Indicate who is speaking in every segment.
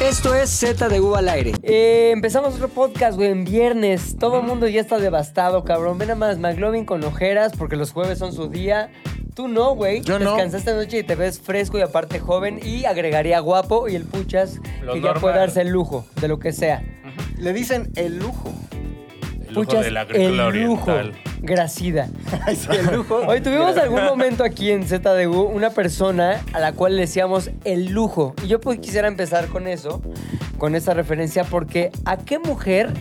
Speaker 1: Esto es Z de U al aire.
Speaker 2: Eh, empezamos otro podcast, güey, en viernes. Todo el mundo ya está devastado, cabrón. Ven nada más, McLovin con ojeras porque los jueves son su día. Tú no, güey.
Speaker 3: Yo no.
Speaker 2: Descansaste anoche y te ves fresco y aparte joven. Y agregaría guapo y el puchas
Speaker 4: Lo
Speaker 2: que ya puede
Speaker 4: normal.
Speaker 2: darse el lujo de lo que sea.
Speaker 3: Le dicen el lujo.
Speaker 4: El lujo de la agrícola
Speaker 2: el lujo.
Speaker 4: oriental.
Speaker 2: Gracida.
Speaker 3: Ay, sí, el lujo.
Speaker 2: Hoy tuvimos algún momento aquí en ZDU una persona a la cual le decíamos el lujo. Y yo pues quisiera empezar con eso, con esta referencia, porque ¿a qué mujer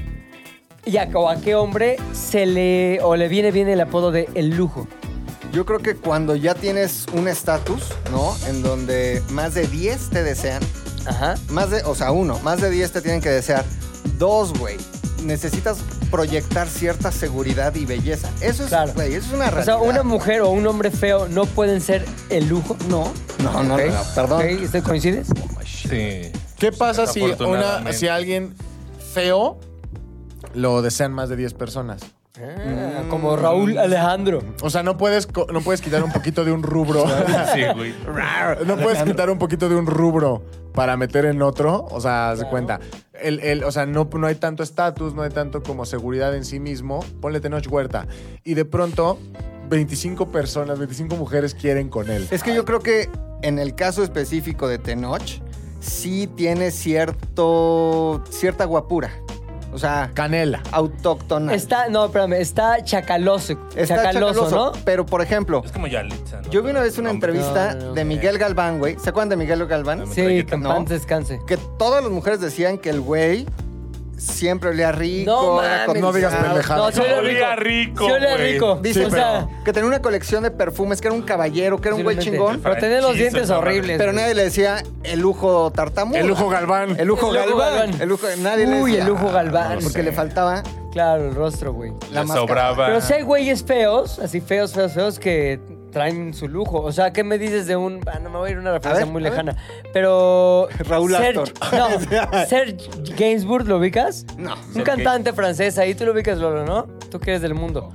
Speaker 2: y a, o a qué hombre se le o le viene bien el apodo de el lujo?
Speaker 3: Yo creo que cuando ya tienes un estatus, ¿no? En donde más de 10 te desean.
Speaker 2: Ajá.
Speaker 3: Más de, o sea, uno, más de 10 te tienen que desear. Dos, güey. Necesitas proyectar cierta seguridad y belleza. Eso es,
Speaker 2: Claro.
Speaker 3: güey, eso es una
Speaker 2: O sea,
Speaker 3: realidad.
Speaker 2: una mujer o un hombre feo no pueden ser el lujo.
Speaker 3: No, no, no,
Speaker 2: Ok,
Speaker 3: no, perdón.
Speaker 2: ok, ¿usted coincides?
Speaker 4: Sí.
Speaker 5: ¿Qué pasa si, una,
Speaker 4: Desafortunadamente.
Speaker 5: si alguien feo lo desean más de 10 personas?
Speaker 2: Ah, como Raúl Alejandro.
Speaker 5: O sea, no puedes, co- no puedes quitar un poquito de un rubro.
Speaker 4: Sí, güey.
Speaker 5: No puedes quitar un poquito de un rubro para meter en otro. O sea, se
Speaker 2: Claro.
Speaker 5: cuenta. El, el- o sea, no, no hay tanto estatus, no hay tanto como seguridad en sí mismo. Ponle Tenoch Huerta. Y de pronto, 25 personas, 25 mujeres quieren con él.
Speaker 3: Es que yo creo que en el caso específico de Tenoch, sí tiene cierto, cierta guapura. O sea,
Speaker 5: Canela.
Speaker 3: autóctona.
Speaker 2: Está, no, espérame, está chacaloso.
Speaker 3: Está
Speaker 2: chacaloso,
Speaker 3: chacaloso,
Speaker 2: ¿no?
Speaker 3: Pero, por ejemplo,
Speaker 4: Es como Yalitza, ¿no?
Speaker 3: yo vi una vez una
Speaker 4: Hombre.
Speaker 3: entrevista
Speaker 2: No, no, no.
Speaker 3: de Miguel Galván, güey. ¿Se acuerdan de Miguel Galván?
Speaker 4: No.
Speaker 2: Sí, que en
Speaker 3: ¿no?
Speaker 2: paz descanse.
Speaker 3: Que todas las mujeres decían que el güey siempre olía rico.
Speaker 2: No mames.
Speaker 3: era cotizado,
Speaker 5: No digas pendejadas.
Speaker 2: No, sí olía rico.
Speaker 4: Olía rico,
Speaker 2: Sí olía
Speaker 4: güey.
Speaker 2: rico.
Speaker 3: Dice,
Speaker 2: o sea,
Speaker 3: que tenía una colección de perfumes, que era un caballero, que era un güey
Speaker 2: posiblemente.
Speaker 3: chingón.
Speaker 2: Pero tenía los
Speaker 4: Franchizo,
Speaker 2: dientes
Speaker 4: cabrón.
Speaker 2: horribles.
Speaker 3: Pero nadie le decía el lujo tartamudo.
Speaker 5: El lujo Galván.
Speaker 3: El lujo
Speaker 2: El lujo
Speaker 3: Galván.
Speaker 2: Galván.
Speaker 3: El lujo, nadie le
Speaker 2: Uy,
Speaker 3: decía.
Speaker 2: el lujo Galván.
Speaker 3: Porque le faltaba
Speaker 2: Claro, el rostro, güey.
Speaker 3: la
Speaker 4: Le
Speaker 3: máscara.
Speaker 4: sobraba.
Speaker 2: Pero si hay güeyes feos, así feos, feos, feos, que traen su lujo. O sea, ¿qué me dices de un... Ah, no me voy a ir a una referencia
Speaker 3: ver,
Speaker 2: muy
Speaker 3: a ver.
Speaker 2: lejana. Pero...
Speaker 3: Raúl
Speaker 2: Serge-
Speaker 3: Astor.
Speaker 2: No, Serge Gainsbourg, ¿lo ubicas?
Speaker 3: No.
Speaker 2: Un cantante francés, ahí tú lo ubicas, Lolo, ¿no? Tú que eres del mundo.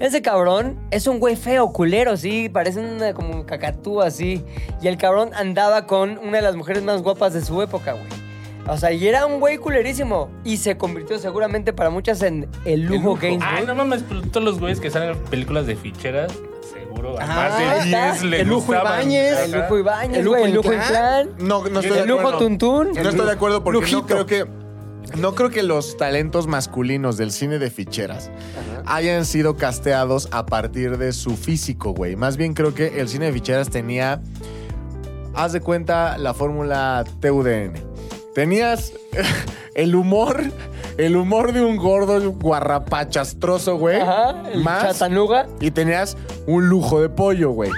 Speaker 2: Ese cabrón es un güey feo, culero, sí, parece una como cacatúa, así. Y el cabrón andaba con una de las mujeres más guapas de su época, güey. O sea, y era un güey culerísimo. Y se convirtió seguramente para muchas en el lujo, Ah, Gainsbourg.
Speaker 4: Ay, Ah, no mames, pero todos los güeyes que salen en películas de ficheras, seguro a
Speaker 3: Ah,
Speaker 4: más de
Speaker 2: está.
Speaker 4: 10 les
Speaker 3: El Lujo
Speaker 4: gustaban.
Speaker 3: Ibáñez.
Speaker 2: El lujo Ibañez,
Speaker 3: El
Speaker 2: güey, el
Speaker 3: lujo
Speaker 2: lujo
Speaker 3: Inclán.
Speaker 2: Inclán.
Speaker 5: No, no estoy de
Speaker 2: El lujo
Speaker 5: acuerdo.
Speaker 2: Tuntún.
Speaker 5: No estoy de acuerdo porque
Speaker 3: Lujito.
Speaker 5: no creo que. No creo que los talentos masculinos del cine de ficheras hayan sido casteados a partir de su físico, güey. Más bien creo que el cine de ficheras tenía. Haz de cuenta la fórmula TUDN. Tenías el humor. El humor de un gordo guarrapachastroso, güey.
Speaker 2: Ajá, el
Speaker 5: Más.
Speaker 2: Chatanuga.
Speaker 5: Y tenías un lujo de pollo, güey.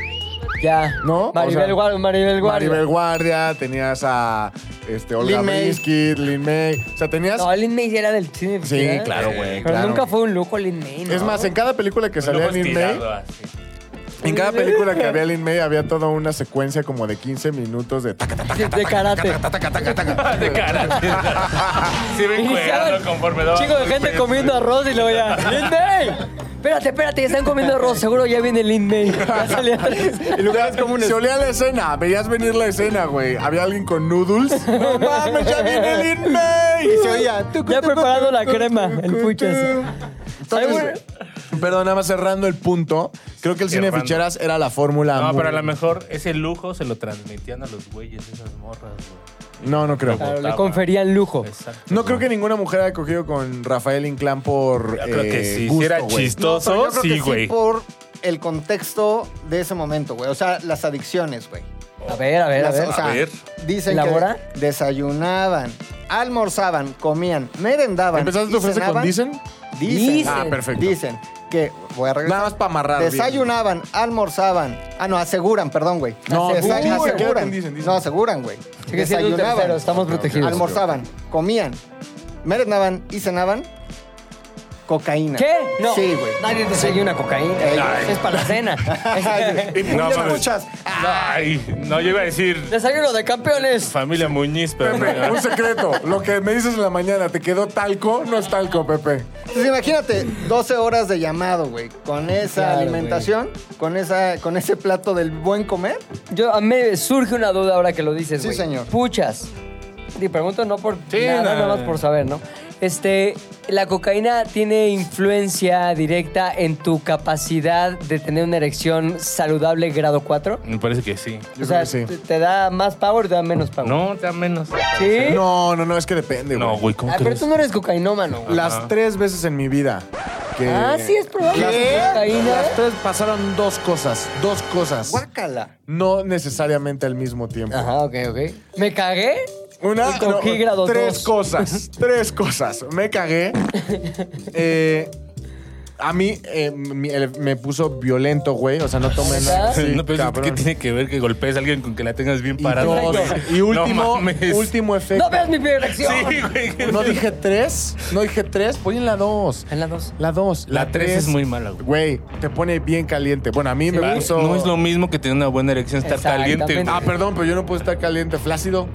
Speaker 2: Ya.
Speaker 5: ¿No? O
Speaker 2: Maribel
Speaker 5: sea,
Speaker 2: Guardia. Maribel Guardia.
Speaker 5: Maribel Guardia, tenías a este, Olga
Speaker 3: Lin May.
Speaker 5: Brisky, Lin May. O sea, tenías.
Speaker 2: No, Lin May sí era del cine.
Speaker 5: sí,
Speaker 2: ¿verdad?
Speaker 5: claro, güey.
Speaker 2: Pero
Speaker 5: claro.
Speaker 2: nunca fue un lujo Lin May, ¿no?
Speaker 5: Es más, en cada película que
Speaker 4: Los ojos
Speaker 5: salía Lin May,
Speaker 4: tirados así.
Speaker 5: en cada película que había Lin May, había toda una secuencia como de 15 minutos de. taca, taca,
Speaker 2: de karate.
Speaker 5: taca, taca, taca.
Speaker 4: Ah, De cara. Sí, ven cuidado conforme daba.
Speaker 2: Chico de gente comiendo arroz y luego ya. ¡Lin May! Espérate, espérate, ya están comiendo arroz. Seguro ya viene Lin May. Ya salía tres.
Speaker 5: Y luego veías como un- Se olía la escena, veías venir la escena, güey. Había alguien con noodles. ¡No mames, ya viene Lin May!
Speaker 3: Y se oía. tucu,
Speaker 2: Ya
Speaker 3: tucu,
Speaker 2: preparando
Speaker 3: tucu,
Speaker 2: la
Speaker 3: tucu,
Speaker 2: crema,
Speaker 3: tucu,
Speaker 2: el puchas. Ay, güey.
Speaker 5: Entonces, perdón, nada más cerrando el punto. Creo que el cine de
Speaker 4: Cerrando.
Speaker 5: ficheras era la fórmula.
Speaker 4: No,
Speaker 5: muy-
Speaker 4: pero a lo mejor ese lujo se lo transmitían a los güeyes, esas morras, güey.
Speaker 5: No, no creo.
Speaker 2: Claro, le conferían lujo.
Speaker 4: Exacto.
Speaker 5: No creo que ninguna mujer haya cogido con Rafael Inclán por.
Speaker 4: Yo creo que
Speaker 5: eh,
Speaker 4: sí.
Speaker 5: gusto,
Speaker 4: si era
Speaker 5: güey.
Speaker 4: chistoso,
Speaker 3: Pero yo creo que
Speaker 4: sí, güey.
Speaker 3: por el contexto de ese momento, güey. O sea, las adicciones, güey.
Speaker 2: A ver, a ver, a
Speaker 3: Las-
Speaker 2: ver.
Speaker 3: o sea,
Speaker 4: A ver.
Speaker 3: dicen
Speaker 2: ¿Elabora?
Speaker 3: que desayunaban, almorzaban, comían, merendaban.
Speaker 5: ¿Empezaste tu
Speaker 3: y
Speaker 5: frase con
Speaker 3: cenaban.
Speaker 5: dicen?
Speaker 3: Dicen.
Speaker 2: Dicen.
Speaker 5: Ah, perfecto.
Speaker 3: Dicen que voy a regresar.
Speaker 5: Nada más para amarrar. bien.
Speaker 3: Desayunaban, almorzaban. Ah, no, aseguran, perdón, güey.
Speaker 5: No,
Speaker 3: Desa-
Speaker 5: aseguran, quédate
Speaker 3: aseguran.
Speaker 5: en dicen, dicen.
Speaker 3: No, aseguran, güey.
Speaker 2: Sigue siendo un tercero, estamos protegidos.
Speaker 3: almorzaban, comían, merendaban y cenaban cocaína.
Speaker 2: ¿Qué? No.
Speaker 3: Sí, güey.
Speaker 2: Nadie desayuna cocaína.
Speaker 3: Ay.
Speaker 2: Es para la cena.
Speaker 3: Ay,
Speaker 4: No,
Speaker 3: muchas,
Speaker 4: mames.
Speaker 3: muchas.
Speaker 4: Ay, no, yo iba a decir
Speaker 2: Desayuno de campeones.
Speaker 4: familia Muñiz, pero
Speaker 5: Pepe, un secreto. Lo que me dices en la mañana, ¿te quedó talco? No es talco, Pepe.
Speaker 3: Entonces, imagínate, 12 horas de llamado, güey. Con esa
Speaker 2: Claro,
Speaker 3: alimentación, con, esa, con ese plato del buen comer.
Speaker 2: Yo, a mí surge una duda ahora que lo dices,
Speaker 3: Sí,
Speaker 2: güey.
Speaker 3: señor.
Speaker 2: Puchas. Y pregunto no por
Speaker 4: Sí,
Speaker 2: nada,
Speaker 4: no,
Speaker 2: nada más
Speaker 4: no.
Speaker 2: por saber, ¿no? Este, la cocaína tiene influencia directa en tu capacidad de tener una erección saludable grado 4.
Speaker 4: Me parece que sí.
Speaker 5: Yo
Speaker 2: o sea,
Speaker 5: creo que sí.
Speaker 2: te- te da más power o te da menos power.
Speaker 4: No, te da menos.
Speaker 2: ¿Sí?
Speaker 5: No, no, no, es que depende, güey.
Speaker 4: No, güey, ¿cómo
Speaker 2: Ah, pero
Speaker 4: crees?
Speaker 2: tú no eres cocainómano. güey.
Speaker 5: Las tres veces en mi vida. que-
Speaker 2: Ah, sí, es probable.
Speaker 5: ¿Qué?
Speaker 2: Las cocaína.
Speaker 5: Las tres pasaron dos cosas. Dos cosas.
Speaker 3: Guácala.
Speaker 5: No necesariamente al mismo tiempo.
Speaker 2: Ajá, ok, ok. ¿Me cagué?
Speaker 5: Una,
Speaker 2: Me cogí
Speaker 5: no,
Speaker 2: grado
Speaker 5: tres
Speaker 2: dos.
Speaker 5: cosas. Tres cosas. Me cagué. Eh, a mí eh, mi- el- me puso violento, güey. O sea, no tomé nada.
Speaker 2: ¿Verdad?
Speaker 5: Sí,
Speaker 4: no, pero
Speaker 5: cabrón.
Speaker 4: ¿qué tiene que ver que golpees a alguien con que la tengas bien
Speaker 5: Y
Speaker 4: parada?
Speaker 5: dos.
Speaker 4: güey?
Speaker 5: Y último,
Speaker 4: No mames.
Speaker 5: último efecto.
Speaker 2: ¡No veas mi erección!
Speaker 4: Sí, güey.
Speaker 5: No dije tres, no dije tres, voy en la dos.
Speaker 2: En la dos.
Speaker 5: La dos.
Speaker 4: La tres
Speaker 5: tres
Speaker 4: es muy mala, güey.
Speaker 5: Güey, te pone bien caliente. Bueno, a mí me
Speaker 4: Va,
Speaker 5: puso...
Speaker 4: No es lo mismo que tener una buena erección, estar
Speaker 2: Exactamente.
Speaker 4: caliente. güey.
Speaker 5: Ah, perdón, pero yo no puedo estar caliente, flácido.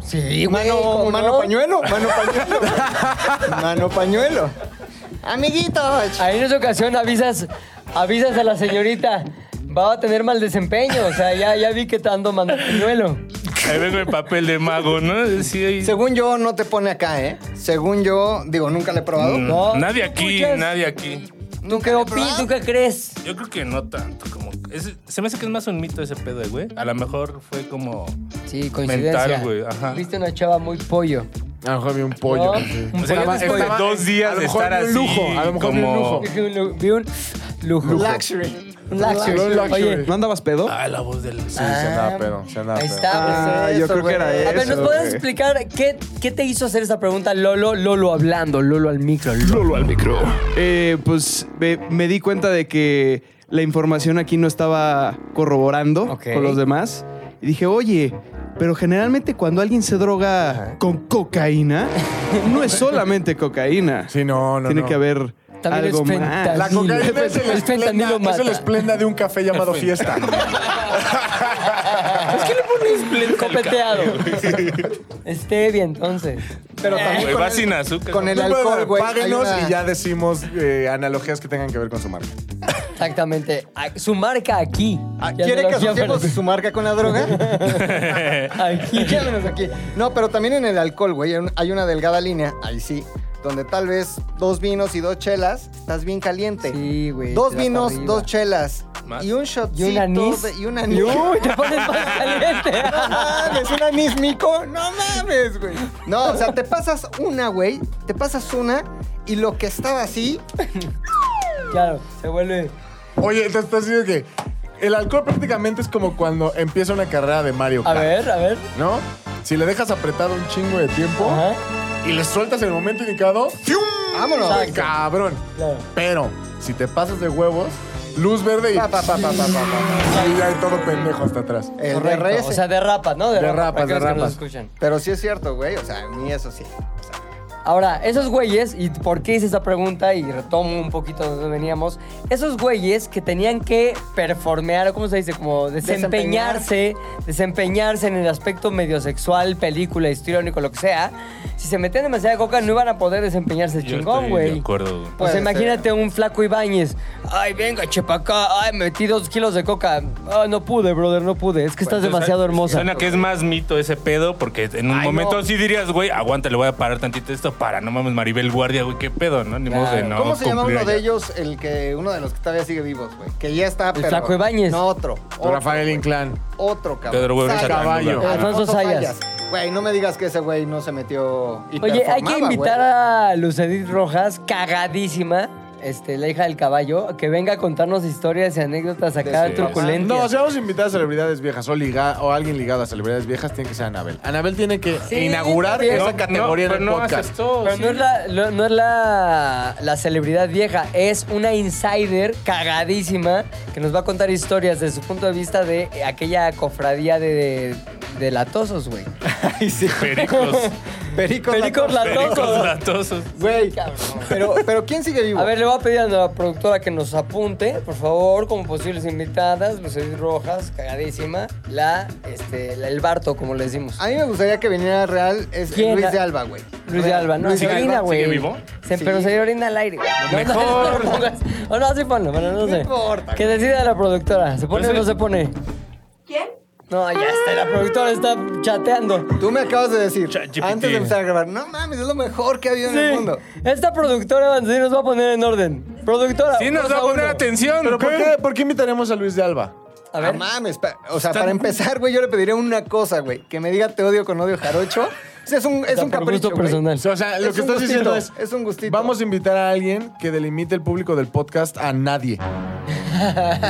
Speaker 2: Sí, güey.
Speaker 3: Mano,
Speaker 2: ¿cómo
Speaker 3: mano
Speaker 2: no?
Speaker 3: pañuelo, mano pañuelo. mano pañuelo. Amiguitos.
Speaker 2: Ahí en esa ocasión avisas, avisas a la señorita. Va a tener mal desempeño. O sea, ya, ya vi que te ando mandando pañuelo.
Speaker 4: Ahí vengo el papel de mago, ¿no? Sí, ahí-
Speaker 3: Según yo, no te pone acá, ¿eh? Según yo, digo, nunca lo he probado.
Speaker 4: Mm,
Speaker 2: No,
Speaker 4: nadie
Speaker 2: ¿tú
Speaker 4: aquí,
Speaker 2: escuchas?
Speaker 4: nadie aquí.
Speaker 2: ¿Tú qué opinas? ¿Tú qué crees?
Speaker 4: Yo creo que no tanto. Como es- se me hace que es más un mito ese pedo, güey. A lo mejor fue como.
Speaker 2: Sí, coincidencia.
Speaker 4: Mental, güey, ajá.
Speaker 2: Viste una chava muy pollo.
Speaker 5: A lo mejor vi un pollo.
Speaker 2: No,
Speaker 5: sí.
Speaker 2: un
Speaker 4: O sea,
Speaker 2: pollo
Speaker 4: estaba-
Speaker 2: es pollo.
Speaker 4: estaba dos días
Speaker 5: a lo
Speaker 4: de
Speaker 5: mejor
Speaker 4: estar
Speaker 5: vi
Speaker 4: así.
Speaker 5: un lujo, a lo mejor vi un
Speaker 4: como...
Speaker 5: lujo.
Speaker 2: Vi un lu- Vi un lujo.
Speaker 3: Luxury.
Speaker 2: Un luxury.
Speaker 5: Un luxury.
Speaker 2: Oye,
Speaker 6: ¿No andabas pedo?
Speaker 4: Ah, la voz del.
Speaker 5: Sí, se andaba pedo, se andaba
Speaker 2: ahí
Speaker 5: pedo.
Speaker 2: está.
Speaker 6: Ah,
Speaker 2: pues,
Speaker 6: yo
Speaker 2: eso,
Speaker 6: creo
Speaker 2: güey.
Speaker 6: que era
Speaker 2: A ver, ¿nos
Speaker 6: eso,
Speaker 2: puedes
Speaker 6: güey.
Speaker 2: explicar qué, qué te hizo hacer esta pregunta, Lolo? Lolo hablando, Lolo al micro. Lolo.
Speaker 6: al micro. pues me, me di cuenta de que la información aquí no estaba corroborando
Speaker 2: Ok.
Speaker 6: con los demás. Y dije, oye, pero generalmente cuando alguien se droga con cocaína, no es solamente cocaína.
Speaker 5: Sí, no, no,
Speaker 6: Tiene
Speaker 5: no.
Speaker 6: que haber
Speaker 2: También
Speaker 6: algo
Speaker 2: es
Speaker 6: más.
Speaker 2: fentanil.
Speaker 5: La cocaína es el,
Speaker 2: El fentanilo
Speaker 5: esplenda, es el
Speaker 2: mata.
Speaker 5: esplenda de un café llamado fiesta.
Speaker 2: Es que le pones copeteado. Esté bien, entonces.
Speaker 3: Pero
Speaker 5: Ah,
Speaker 3: también
Speaker 4: Güey,
Speaker 3: con
Speaker 4: va
Speaker 3: el,
Speaker 4: sin azúcar.
Speaker 3: con el
Speaker 5: Tú,
Speaker 3: alcohol,
Speaker 5: brother,
Speaker 3: güey. hay
Speaker 5: Páguenos
Speaker 3: una-
Speaker 5: y ya decimos eh, analogías que tengan que ver con su marca.
Speaker 2: Exactamente. Ay, Su marca aquí.
Speaker 3: Ah,
Speaker 2: Ya
Speaker 3: ¿Quiere
Speaker 2: no
Speaker 3: que
Speaker 2: lo- ya
Speaker 3: asociemos
Speaker 2: me
Speaker 3: su marca con la droga?
Speaker 2: lo- Aquí.
Speaker 3: Llévenos aquí. No, pero también en el alcohol, güey. hay un- Hay una delgada línea, ahí sí, donde tal vez dos vinos y dos chelas, estás bien caliente.
Speaker 2: Sí, güey.
Speaker 3: dos
Speaker 2: te da
Speaker 3: vinos,
Speaker 2: para arriba.
Speaker 3: dos chelas
Speaker 4: Más.
Speaker 3: y un shotcito.
Speaker 2: Y un anís.
Speaker 3: de- y un anís.
Speaker 2: Uy, te pones más caliente.
Speaker 3: No mames, un anís mico. No mames, güey. No, o sea, te pasas una, güey. Te pasas una y lo que estaba así.
Speaker 2: Claro, se vuelve.
Speaker 5: Oye, te estás diciendo que el alcohol prácticamente es como cuando empieza una carrera de Mario
Speaker 2: A
Speaker 5: Kart,
Speaker 2: ver, a ver.
Speaker 5: ¿no? Si le dejas apretado un chingo de tiempo
Speaker 2: Ajá.
Speaker 5: y le sueltas en el momento indicado, ¡fium!
Speaker 3: Vámonos.
Speaker 5: Ay, ¡Cabrón!
Speaker 2: Claro.
Speaker 5: Pero si te pasas de huevos, luz verde y...
Speaker 3: Pa, pa, pa, pa, pa, pa, pa.
Speaker 5: Ahí hay todo pendejo hasta atrás.
Speaker 3: El
Speaker 2: Correcto.
Speaker 3: DRS.
Speaker 2: O sea, derrapas, ¿no?
Speaker 5: Derrapas,
Speaker 2: para aquellos que
Speaker 5: derrapas.
Speaker 2: nos escuchan.
Speaker 3: pero sí es cierto, güey. O sea, a mí eso sí.
Speaker 2: Ahora, esos güeyes, y por qué hice esa pregunta, y retomo un poquito de donde veníamos, esos güeyes que tenían que performear, ¿cómo se dice? Como desempeñarse, desempeñarse en el aspecto medio sexual, película, histriónico, lo que sea, si se metían demasiada coca no iban a poder desempeñarse
Speaker 4: Yo
Speaker 2: chingón,
Speaker 4: estoy De
Speaker 2: güey.
Speaker 4: acuerdo, güey.
Speaker 2: Pues
Speaker 3: Puede
Speaker 2: imagínate un flaco Ibáñez. Ay, venga, chepa acá. Ay, metí dos kilos de coca. Ah, no pude, brother, no pude. Es que estás demasiado hermosa.
Speaker 4: Suena que es más mito ese pedo, porque en un
Speaker 2: Ay,
Speaker 4: momento
Speaker 2: no.
Speaker 4: sí dirías, güey, aguanta, le voy a parar tantito esto para, no mames, Maribel Guardia, güey, qué pedo, ¿no? Ni modo de
Speaker 2: Claro.
Speaker 4: no.
Speaker 3: ¿Cómo se llama
Speaker 4: cumplir
Speaker 3: uno de
Speaker 4: allá.
Speaker 3: ellos, el que uno de los que todavía sigue vivos, güey? Que ya está, pero...
Speaker 2: Flaco Ibáñez.
Speaker 3: No, otro. otro
Speaker 5: Rafael Inclán.
Speaker 3: Otro cabrón.
Speaker 4: Pedro Güero
Speaker 3: Sayas.
Speaker 4: Satanula.
Speaker 5: Caballo.
Speaker 3: Ah,
Speaker 2: Alfonso Sayas.
Speaker 3: Güey, no me digas que ese güey no se metió y
Speaker 2: Oye, hay que
Speaker 3: performaba,
Speaker 2: invitar
Speaker 3: güey.
Speaker 2: a Lucedith Rojas, cagadísima, este, la hija del caballo, que venga a contarnos historias y anécdotas acá
Speaker 4: Sí.
Speaker 2: truculentas.
Speaker 5: No, si vamos a invitar a celebridades viejas o, liga- o alguien ligado a celebridades viejas, tiene que ser Anabel. Anabel tiene que
Speaker 2: Sí,
Speaker 5: inaugurar
Speaker 2: también.
Speaker 5: esa
Speaker 4: No,
Speaker 5: categoría
Speaker 4: no,
Speaker 5: del
Speaker 4: pero no
Speaker 5: podcast.
Speaker 4: haces todo,
Speaker 2: Pero
Speaker 4: sí.
Speaker 2: no es, la, lo- no es la, la celebridad vieja, es una insider cagadísima que nos va a contar historias desde su punto de vista de aquella cofradía de, de, de latosos, güey.
Speaker 3: Ay, sí.
Speaker 4: Pericos,
Speaker 3: Pericos.
Speaker 2: Pericos
Speaker 3: Latosos.
Speaker 2: latosos.
Speaker 4: pericos latosos.
Speaker 3: Güey, pero, pero ¿quién sigue vivo?
Speaker 2: A ver, le voy a pedir a la productora que nos apunte, por favor, como posibles invitadas, Lucedith Rojas, cagadísima, la, este, la- el Barto, como le decimos.
Speaker 3: A mí me gustaría que viniera real es
Speaker 2: ¿Quién?
Speaker 3: Luis de Alba, güey.
Speaker 2: Luis de Alba, no,
Speaker 3: Luis
Speaker 2: se
Speaker 3: de
Speaker 2: orina,
Speaker 3: Alba.
Speaker 2: güey.
Speaker 4: ¿sigue vivo?
Speaker 2: Se,
Speaker 3: Sí.
Speaker 2: Pero se orina al aire. güey. No,
Speaker 4: Mejor.
Speaker 2: No, no, no, no, no, sí ponlo, bueno, no
Speaker 3: No
Speaker 2: sé.
Speaker 3: importa,
Speaker 2: Que decida la productora. ¿Se pone o
Speaker 4: Pero
Speaker 2: no
Speaker 4: sí.
Speaker 2: se pone?
Speaker 7: ¿Quién?
Speaker 2: No, ya está, la productora está chateando.
Speaker 3: Tú me acabas de decir,
Speaker 4: ChatGPT.
Speaker 3: antes de empezar a grabar, no mames, es lo mejor que ha habido en el mundo.
Speaker 2: Esta productora sí nos va a poner en orden. Productora.
Speaker 4: Sí, nos
Speaker 2: porfa,
Speaker 4: va a poner
Speaker 2: uno.
Speaker 4: atención.
Speaker 5: ¿Pero por
Speaker 4: ¿qué?
Speaker 5: qué, por qué invitaremos a Luis de Alba?
Speaker 2: A
Speaker 3: No
Speaker 2: ver.
Speaker 3: Ah, mames, pa- o sea, para empezar, güey, yo le pediría una cosa, güey, que me diga te odio con odio jarocho. O sea, es un, es
Speaker 2: está
Speaker 3: un
Speaker 2: por gusto
Speaker 3: capricho, güey.
Speaker 2: personal.
Speaker 5: O sea, o sea, lo
Speaker 3: Es
Speaker 5: que
Speaker 3: un
Speaker 5: estás
Speaker 3: gustito,
Speaker 5: diciendo es,
Speaker 3: es un gustito.
Speaker 5: Vamos a invitar a alguien que delimite el público del podcast a nadie.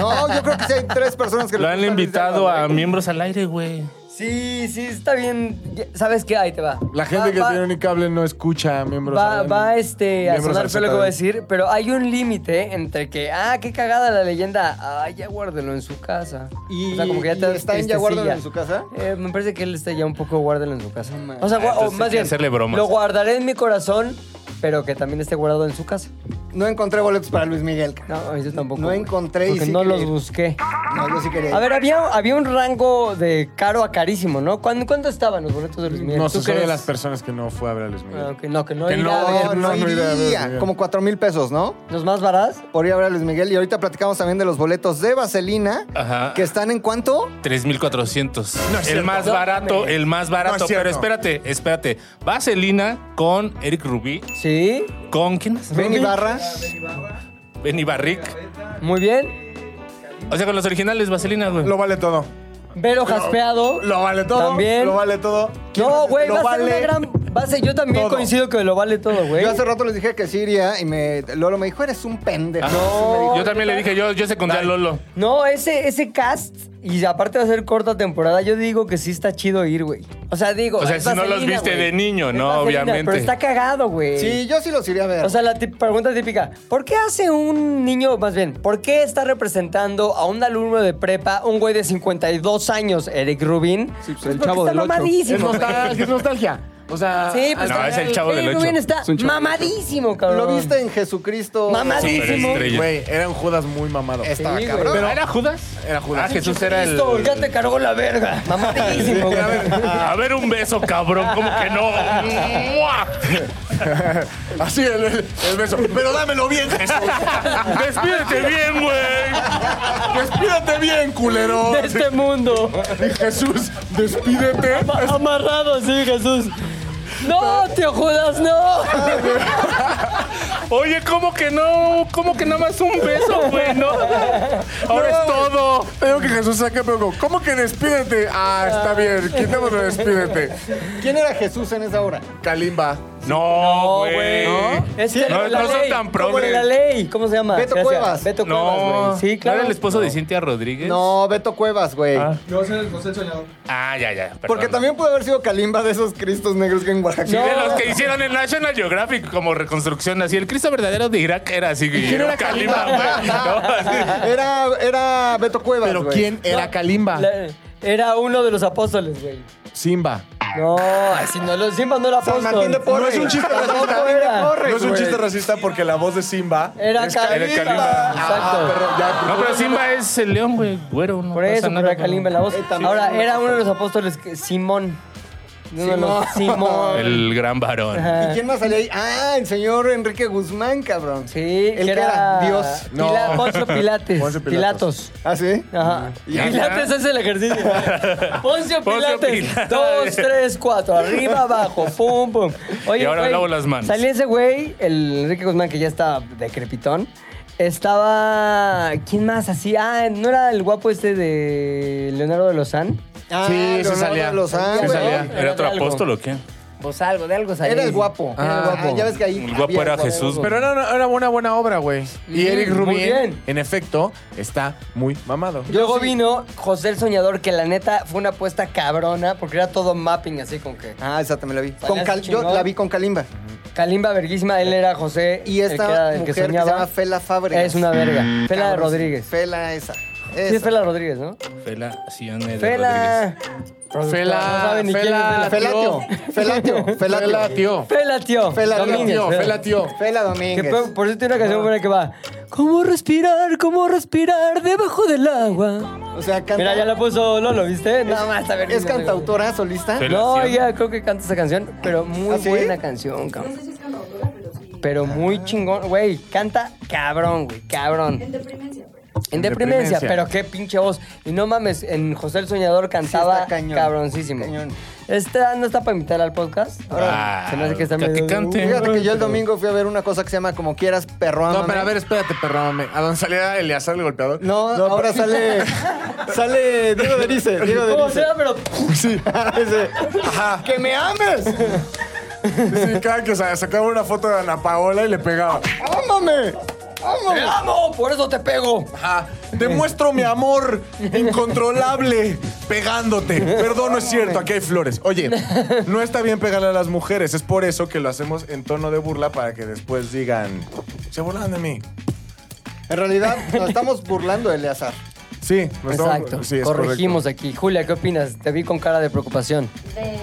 Speaker 3: No, yo creo que sí hay tres personas que
Speaker 4: Lo
Speaker 3: le
Speaker 4: han
Speaker 3: gustan Luis de Alba,
Speaker 4: invitado a
Speaker 3: güey.
Speaker 4: miembros al aire, güey.
Speaker 2: Sí, sí, está bien. Ya- ¿Sabes qué? Ahí te va.
Speaker 5: La gente
Speaker 2: Va-
Speaker 5: que
Speaker 2: va-
Speaker 5: tiene un cable no escucha a miembros.
Speaker 2: Va,
Speaker 5: al-
Speaker 2: va este, a
Speaker 5: miembros
Speaker 2: sonar
Speaker 5: al
Speaker 2: feo lo que voy a
Speaker 5: ZDU.
Speaker 2: decir, pero hay un límite entre que, ah, qué cagada la leyenda, ah, ya guárdelo en su casa.
Speaker 3: Y,
Speaker 2: o sea, como que ya este, te
Speaker 3: y
Speaker 2: da
Speaker 3: está en ya
Speaker 2: tristecilla.
Speaker 3: guárdalo en su casa.
Speaker 2: Eh, me parece que él está ya un poco guárdalo en su casa.
Speaker 3: mames.
Speaker 2: O sea, gua- o
Speaker 4: Ah, entonces hay
Speaker 2: más
Speaker 4: que
Speaker 2: bien,
Speaker 4: hacerle bromas.
Speaker 2: lo guardaré en mi corazón, pero que también esté guardado en su casa.
Speaker 3: No encontré boletos para Luis Miguel. cabrón.
Speaker 2: No, yo tampoco.
Speaker 3: No
Speaker 2: güey.
Speaker 3: encontré y
Speaker 2: Porque
Speaker 3: sí
Speaker 2: no
Speaker 3: quería
Speaker 2: los
Speaker 3: ir.
Speaker 2: busqué.
Speaker 3: No, yo sí quería. ir.
Speaker 2: A ver, había, había un rango de caro a carísimo, ¿no? ¿Cuándo- ¿Cuánto estaban los boletos de Luis Miguel?
Speaker 5: No
Speaker 2: ¿Tú
Speaker 5: sé, soy de
Speaker 2: crees?
Speaker 5: las personas que no fue a ver a Luis Miguel.
Speaker 2: Ah, ok, No, que no,
Speaker 5: Que
Speaker 2: ir a
Speaker 5: no,
Speaker 2: ver.
Speaker 3: no, no,
Speaker 5: no, no iría a ver Luis
Speaker 3: iría.
Speaker 5: Miguel.
Speaker 3: Como cuatro mil pesos, ¿no?
Speaker 2: ¿Los más baratos?
Speaker 3: Por ir a ver a Luis Miguel. Y ahorita platicamos también de los boletos de Vaselina.
Speaker 4: Ajá.
Speaker 3: Que están en cuánto?
Speaker 4: 3400.
Speaker 5: No
Speaker 4: el
Speaker 5: es cierto.
Speaker 4: más barato, el más barato.
Speaker 5: No es
Speaker 4: pero
Speaker 5: cierto.
Speaker 4: espérate, espérate. Va Selena con Eric Rubí,
Speaker 2: Sí,
Speaker 4: con ¿quién más?
Speaker 3: Benny Barra.
Speaker 4: Benny Barrick.
Speaker 2: muy bien.
Speaker 4: O sea, con los originales Vaselina, güey.
Speaker 5: Lo vale todo.
Speaker 2: Vero jaspeado.
Speaker 5: Lo vale todo.
Speaker 2: También.
Speaker 5: Lo vale todo.
Speaker 2: no, güey,
Speaker 5: Lo
Speaker 2: va a ser
Speaker 5: vale
Speaker 2: una gran. Va a ser, yo también
Speaker 5: todo.
Speaker 2: coincido que lo vale todo, güey.
Speaker 3: Yo hace rato les dije que sí iría y me, Lolo me dijo, eres un pendejo.
Speaker 4: Ajá. Ah, yo también le dije, yo, yo secundé a Lolo.
Speaker 2: No, ese, ese cast, y aparte de ser corta temporada, yo digo que sí está chido ir, güey. O sea, digo.
Speaker 4: O sea,
Speaker 2: es
Speaker 4: si no los
Speaker 2: vaselina,
Speaker 4: viste
Speaker 2: güey.
Speaker 4: de niño,
Speaker 2: Es
Speaker 4: no,
Speaker 2: vaselina,
Speaker 4: obviamente.
Speaker 2: Pero está cagado, güey.
Speaker 3: Sí, yo sí los iría a ver.
Speaker 2: O sea, la tip- pregunta típica, ¿por qué hace un niño, más bien, por qué está representando a un alumno de prepa, un güey de 52 años, Eric Rubin?
Speaker 6: Sí,
Speaker 2: Pues
Speaker 6: pues, el
Speaker 2: porque
Speaker 6: chavo
Speaker 2: está
Speaker 6: del ocho.
Speaker 5: Es
Speaker 2: mamadísimo.
Speaker 5: nostalgia. Es nostalgia. O sea,
Speaker 2: Sí, pues
Speaker 4: No,
Speaker 2: está-
Speaker 4: es el chavo del
Speaker 2: Eric
Speaker 4: ocho.
Speaker 2: Rubin está
Speaker 6: Es un chavo del
Speaker 2: mamadísimo, cabrón.
Speaker 3: ¿Lo viste en Jesucristo?
Speaker 2: Mamadísimo.
Speaker 4: Superestrella.
Speaker 5: güey, era un Judas muy mamado.
Speaker 3: Estaba
Speaker 2: Sí, güey.
Speaker 3: cabrón.
Speaker 4: ¿Pero era Judas?
Speaker 5: Era Judas.
Speaker 4: Ah, Jesús era el...
Speaker 2: Listo, ya te cargó la verga. Mamadísimo, güey.
Speaker 4: A ver, un beso, cabrón. ¿Cómo que no? ¡Mua!
Speaker 5: Así el, el- el beso. Pero dámelo bien, Jesús.
Speaker 4: ¡Despídete bien, güey!
Speaker 5: Despídete bien, culero.
Speaker 2: De este mundo.
Speaker 5: Y Jesús, despídete.
Speaker 2: Ama- Amarrado, sí, Jesús. No, tío Judas, no.
Speaker 4: Oye, ¿cómo que no? ¿Cómo que nada más un beso, güey? No. Ahora es todo.
Speaker 5: Tengo que Jesús saque poco. ¿Cómo que despídete? Ah, está bien. Quitémoslo, despídete.
Speaker 3: ¿Quién era Jesús en esa hora?
Speaker 5: Calimba.
Speaker 4: No, güey.
Speaker 2: Es que
Speaker 4: No,
Speaker 2: como la
Speaker 4: no son
Speaker 2: ley,
Speaker 4: tan progres.
Speaker 2: como la ley. ¿Cómo se llama?
Speaker 3: Beto Cuevas.
Speaker 2: Beto
Speaker 4: No.
Speaker 2: Cuevas, güey. Sí, claro.
Speaker 4: ¿No era el esposo de Cintia Rodríguez?
Speaker 3: No, Beto Cuevas, güey.
Speaker 4: Ah.
Speaker 6: Yo soy el José Soñador.
Speaker 4: Ah, ya, ya. perdón.
Speaker 3: Porque también pudo haber sido Kalimba de esos cristos negros que en Oaxaca.
Speaker 4: Sí, de los que hicieron en National Geographic como reconstrucción así. El Cristo verdadero de Irak era así. que era Kalimba, güey. No, así.
Speaker 3: Era, era Beto Cuevas.
Speaker 5: ¿Pero
Speaker 3: güey.
Speaker 5: quién era Kalimba?
Speaker 2: La- era uno de los apóstoles, güey.
Speaker 5: Simba.
Speaker 2: No, así no, los Simba no era
Speaker 3: San
Speaker 2: apóstol.
Speaker 3: Martín de Porres.
Speaker 5: No es un chiste
Speaker 2: Tampoco
Speaker 5: racista.
Speaker 2: era.
Speaker 5: No es un chiste racista porque la voz de Simba.
Speaker 2: Era
Speaker 5: es
Speaker 2: Kalimba.
Speaker 4: Era Kalimba.
Speaker 2: Exacto.
Speaker 4: No, pero Simba es el león, güey. Güero, no
Speaker 2: Por eso,
Speaker 4: pasa
Speaker 2: por
Speaker 4: nada,
Speaker 2: era Kalimba en la voz.
Speaker 3: Eh, también.
Speaker 2: Ahora, era uno de los apóstoles, que- Simón. Uno de los- Simón.
Speaker 4: El gran varón.
Speaker 2: Ajá.
Speaker 3: ¿Y quién más salía ahí? Ah, el señor Enrique Guzmán, cabrón.
Speaker 2: Sí,
Speaker 3: El
Speaker 2: que era
Speaker 3: Dios.
Speaker 5: No.
Speaker 2: Pila- Poncio Pilates.
Speaker 5: Poncio
Speaker 2: Pilatos.
Speaker 5: Pilatos.
Speaker 3: ¿Ah, sí?
Speaker 2: Ajá.
Speaker 4: Mm. Ya
Speaker 2: Pilates
Speaker 4: está.
Speaker 2: es el ejercicio. Poncio
Speaker 4: Poncio
Speaker 2: Pilates.
Speaker 4: Pilates.
Speaker 2: Dos, tres, cuatro. Arriba, abajo. Pum, pum. Oye,
Speaker 4: Y ahora
Speaker 2: güey,
Speaker 4: lavo las manos.
Speaker 2: Salía ese güey, el Enrique Guzmán, que ya está decrepitón. Estaba. ¿Quién más así? Ah, ¿no era el guapo este de Leonardo de Lozán?
Speaker 3: Ah,
Speaker 5: Sí, se
Speaker 3: Leonardo
Speaker 5: salía.
Speaker 3: Lozán,
Speaker 2: Se
Speaker 3: güey.
Speaker 2: salía.
Speaker 4: ¿Era otro apóstol o qué?
Speaker 2: Pues algo, de algo salía.
Speaker 3: Era el guapo.
Speaker 2: Era el
Speaker 3: Ah,
Speaker 2: guapo.
Speaker 3: ya ves que ahí.
Speaker 4: El guapo
Speaker 3: había
Speaker 4: era
Speaker 3: algo de
Speaker 4: Jesús,
Speaker 3: algo.
Speaker 5: Pero era una, era una buena obra, güey. Y
Speaker 2: Mm,
Speaker 5: Eric
Speaker 2: muy
Speaker 5: Rubin,
Speaker 2: bien.
Speaker 5: en efecto, está muy mamado.
Speaker 2: Luego vino José el Soñador, que la neta fue una apuesta cabrona, porque era todo mapping así con que.
Speaker 3: Ah, esa también la vi.
Speaker 2: Salía
Speaker 3: Con Cal-
Speaker 2: ese
Speaker 3: yo
Speaker 2: chingón.
Speaker 3: la vi con Kalimba.
Speaker 2: Kalimba Verguísima, él era José.
Speaker 3: Eh, Y
Speaker 2: el que era
Speaker 3: esta
Speaker 2: el
Speaker 3: mujer que se llama Fela Fábregas.
Speaker 2: Es una verga. Fela de
Speaker 3: Mm, Cabrón,
Speaker 2: Rodríguez.
Speaker 3: Fela esa.
Speaker 2: Sí, es
Speaker 3: esa.
Speaker 2: Fela Rodríguez, ¿no?
Speaker 4: Fela Sione de Rodríguez.
Speaker 2: Fela.
Speaker 5: Fela,
Speaker 2: No saben ni
Speaker 5: Fela,
Speaker 2: quién es Fela.
Speaker 3: Felatio. Felatio.
Speaker 5: Fela,
Speaker 3: Felatio.
Speaker 5: tío.
Speaker 2: Fela, tío.
Speaker 3: Fela, tío.
Speaker 2: Domínguez,
Speaker 5: Tío, Fela, tío.
Speaker 3: Fela
Speaker 2: Que
Speaker 3: Domínguez.
Speaker 2: por, por cierto tiene una canción buena que va. ¿Cómo respirar? ¿Cómo respirar debajo del agua?
Speaker 3: O sea, canta.
Speaker 2: Mira, ya la puso Lolo, ¿viste? Nada más, a ver. no
Speaker 3: ¿Es
Speaker 2: sé, güey.
Speaker 3: cantautora solista?
Speaker 4: Fela.
Speaker 2: No,
Speaker 4: Relación.
Speaker 2: ya creo que canta esa canción, pero muy
Speaker 3: ¿Ah, sí?
Speaker 2: buena canción, cabrón. Pero muy chingón, güey. Canta cabrón, güey, cabrón.
Speaker 7: En deprimencia, pues. pero.
Speaker 2: En deprimencia, pero qué pinche voz. Y no mames, en José el Soñador cantaba
Speaker 3: está cañón,
Speaker 2: cabroncísimo.
Speaker 3: cañón.
Speaker 2: Esta no está para invitar al podcast. Ahora
Speaker 4: Ah,
Speaker 2: se me hace que está
Speaker 4: que
Speaker 2: medio-
Speaker 4: cante.
Speaker 3: Fíjate que yo el domingo fui a ver una cosa que se llama Como Quieras, Perro
Speaker 5: No,
Speaker 3: Ámame.
Speaker 5: pero a ver, espérate, perro. mame. ¿A dónde salía Eleazar el golpeador?
Speaker 3: No, ahora sale... sale Diego Derice. Diego
Speaker 2: Como
Speaker 3: Derice.
Speaker 2: sea, pero
Speaker 5: Sí,
Speaker 3: Ese. ¡Que me ames!
Speaker 5: sí, cada que sa- sacaba una foto de Ana Paola y le pegaba.
Speaker 3: ¡Ámame!
Speaker 2: te
Speaker 3: ¡Ámame!
Speaker 2: amo, por eso te pego.
Speaker 5: Ajá. Demuestro mi amor incontrolable pegándote. Perdón, no es cierto, aquí hay flores. Oye, no está bien pegarle a las mujeres, es por eso que lo hacemos en tono de burla para que después digan, se burlan de mí.
Speaker 3: En realidad, nos estamos burlando de Eleazar.
Speaker 5: Sí, nos estamos-
Speaker 2: Exacto.
Speaker 5: sí, es
Speaker 2: Corregimos aquí. Julia, ¿qué opinas? Te vi con cara de preocupación.
Speaker 7: De-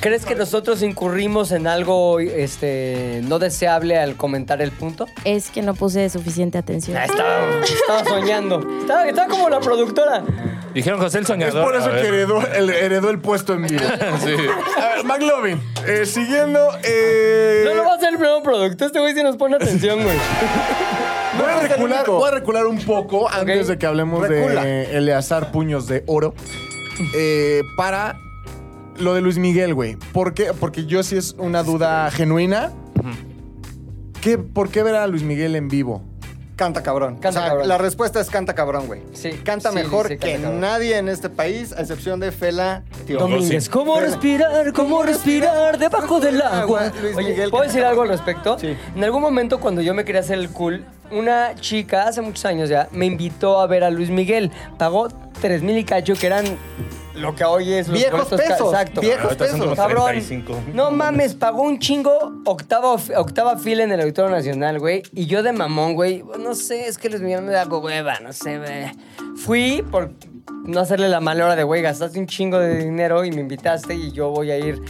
Speaker 2: ¿Crees que nosotros incurrimos en algo este, no deseable al comentar el punto?
Speaker 7: Es que no puse suficiente atención.
Speaker 2: Ah, estaba, estaba soñando. Estaba, estaba como la productora.
Speaker 4: Dijeron José el
Speaker 5: correcto. Es
Speaker 4: Soñador.
Speaker 5: por eso
Speaker 4: A ver.
Speaker 5: que heredó el, heredó el puesto en vida.
Speaker 4: Sí.
Speaker 5: A ver, McLovin, eh, siguiendo... eh,
Speaker 2: No lo va a hacer el nuevo producto. Este güey sí nos pone atención, güey.
Speaker 5: Voy a, recular, voy a recular un poco antes de que hablemos
Speaker 3: Recula.
Speaker 5: de Eleazar Puños de Oro. Eh, para lo de Luis Miguel, güey. ¿Por qué? Porque yo sí es una duda genuina. ¿Qué, ¿Por qué ver a Luis Miguel en vivo?
Speaker 3: Canta cabrón.
Speaker 2: Canta
Speaker 3: o sea,
Speaker 2: cabrón.
Speaker 3: la respuesta es canta cabrón, güey.
Speaker 2: Sí,
Speaker 3: Canta
Speaker 2: sí,
Speaker 3: mejor
Speaker 2: sí, canta
Speaker 3: que
Speaker 2: cabrón.
Speaker 3: nadie en este país, a excepción de Fela Tío.
Speaker 2: Domínguez, ¿cómo respirar? ¿Cómo respirar debajo del agua?
Speaker 3: Ah, Luis
Speaker 2: Oye,
Speaker 3: Miguel,
Speaker 2: ¿puedo
Speaker 3: que-
Speaker 2: decir algo al respecto?
Speaker 3: Sí.
Speaker 2: En algún momento cuando yo me quería hacer el cool, una chica hace muchos años ya me invitó a ver a Luis Miguel. Pagó 3 mil y cacho que eran lo que hoy es los
Speaker 3: Viejos
Speaker 2: boletos ca-
Speaker 3: pesos,
Speaker 2: Exacto.
Speaker 3: viejos
Speaker 4: Ahorita son como
Speaker 3: pesos.
Speaker 2: Cabrón,
Speaker 4: 35.
Speaker 2: no mames, pagó un chingo octava, octava fila en el Auditorio Nacional, güey. Y yo de mamón, güey, no sé, es que Luis Miguel me da hueva, no sé, güey. Fui por no hacerle la mala hora de, güey, gastaste un chingo de dinero y me invitaste y yo voy a ir.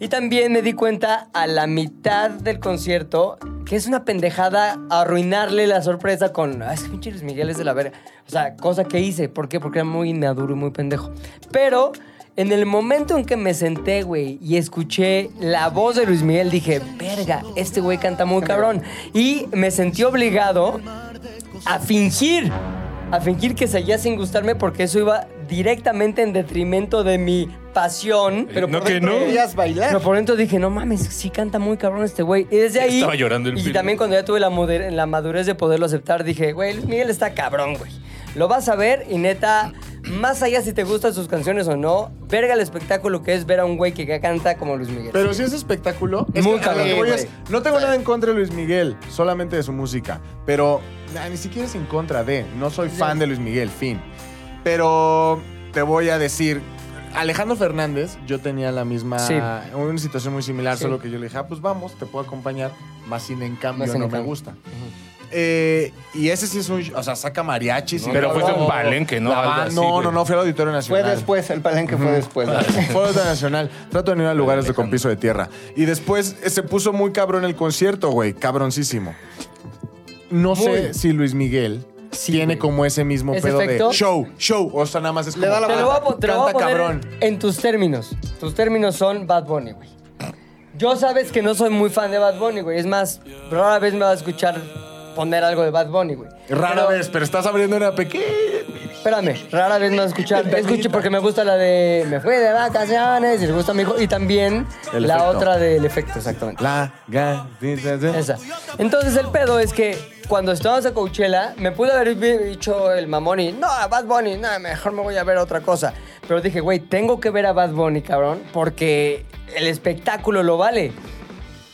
Speaker 2: Y también me di cuenta a la mitad del concierto que es una pendejada arruinarle la sorpresa con, "Ah, es que pinche Luis Miguel es de la verga. O sea, cosa que hice. ¿Por qué? Porque era muy inmaduro y muy pendejo. Pero en el momento en que me senté, güey, y escuché la voz de Luis Miguel, dije, verga, este güey canta muy cabrón. Y me sentí obligado a fingir, a fingir que seguía sin gustarme porque eso iba directamente en detrimento de mi pasión.
Speaker 4: Pero no
Speaker 3: por
Speaker 4: que
Speaker 3: dentro
Speaker 4: no.
Speaker 3: Querías bailar.
Speaker 2: Pero por dentro dije, no pues, mames, sí canta muy cabrón este güey. Y desde ahí.
Speaker 4: Estaba llorando el
Speaker 2: Y
Speaker 4: Phil.
Speaker 2: también cuando ya tuve la, moder- la madurez de poderlo aceptar, dije, güey, Luis Miguel está cabrón, güey. Lo vas a ver y neta, más allá si te gustan sus canciones o no, verga el espectáculo que es ver a un güey que canta como Luis Miguel.
Speaker 5: Pero si es espectáculo, es
Speaker 2: Muy
Speaker 5: que a lo que
Speaker 2: cabrón,
Speaker 5: voy
Speaker 2: güey.
Speaker 5: es, no tengo nada en contra de Luis Miguel, solamente de su música. Pero nah, ni siquiera es en contra de. No soy fan de Luis Miguel, fin. Pero te voy a decir. Alejandro Fernández, yo tenía la misma.
Speaker 2: Sí.
Speaker 5: Una situación muy similar,
Speaker 2: Sí.
Speaker 5: solo que yo le dije, ah, pues vamos, te puedo acompañar, más sin en cambio
Speaker 2: Más sin
Speaker 5: no
Speaker 2: en
Speaker 5: me
Speaker 2: cambio.
Speaker 5: gusta. Eh, y ese sí es un. O sea, saca mariachis. y
Speaker 4: Pero
Speaker 5: todo.
Speaker 4: fuiste a un palenque, ¿no?
Speaker 5: La
Speaker 4: Algo
Speaker 5: ba-
Speaker 4: así,
Speaker 5: no,
Speaker 4: güey.
Speaker 5: no, no, fui al Auditorio
Speaker 3: Fue
Speaker 5: Nacional.
Speaker 3: después, el palenque fue después.
Speaker 5: Fue nacional. Trato de no ir a lugares de con piso de tierra. Y después eh, se puso muy cabrón el concierto, güey. Cabroncísimo. No sé si Luis Miguel tiene como ese mismo
Speaker 2: ¿Ese
Speaker 5: pedo
Speaker 2: efecto?
Speaker 5: de show, show. O sea, nada más es como.
Speaker 3: Le da la
Speaker 2: Te lo voy a, po- te lo voy a
Speaker 5: Canta
Speaker 2: poner
Speaker 5: cabrón.
Speaker 2: en tus términos. Tus términos son Bad Bunny, güey. Yo sabes que no soy muy fan de Bad Bunny, güey. Es más, rara vez me vas a escuchar poner algo de Bad Bunny, güey.
Speaker 5: Rara
Speaker 2: Pero-
Speaker 5: vez, pero estás abriendo una pequeña.
Speaker 2: Espérame, rara vez me vas a escuchar. Escuché porque me gusta la de Me fui de vacaciones y le gusta a mi hijo. Y también
Speaker 5: El
Speaker 2: la
Speaker 5: efecto.
Speaker 2: otra del efecto, exactamente.
Speaker 5: La ga- di- di- di.
Speaker 2: Esa. Entonces el pedo es que cuando estábamos a Coachella, me pude haber vi- dicho el mamón y no, a Bad Bunny, no, mejor me voy a ver otra cosa. Pero dije, güey, tengo que ver a Bad Bunny, cabrón, porque el espectáculo lo vale.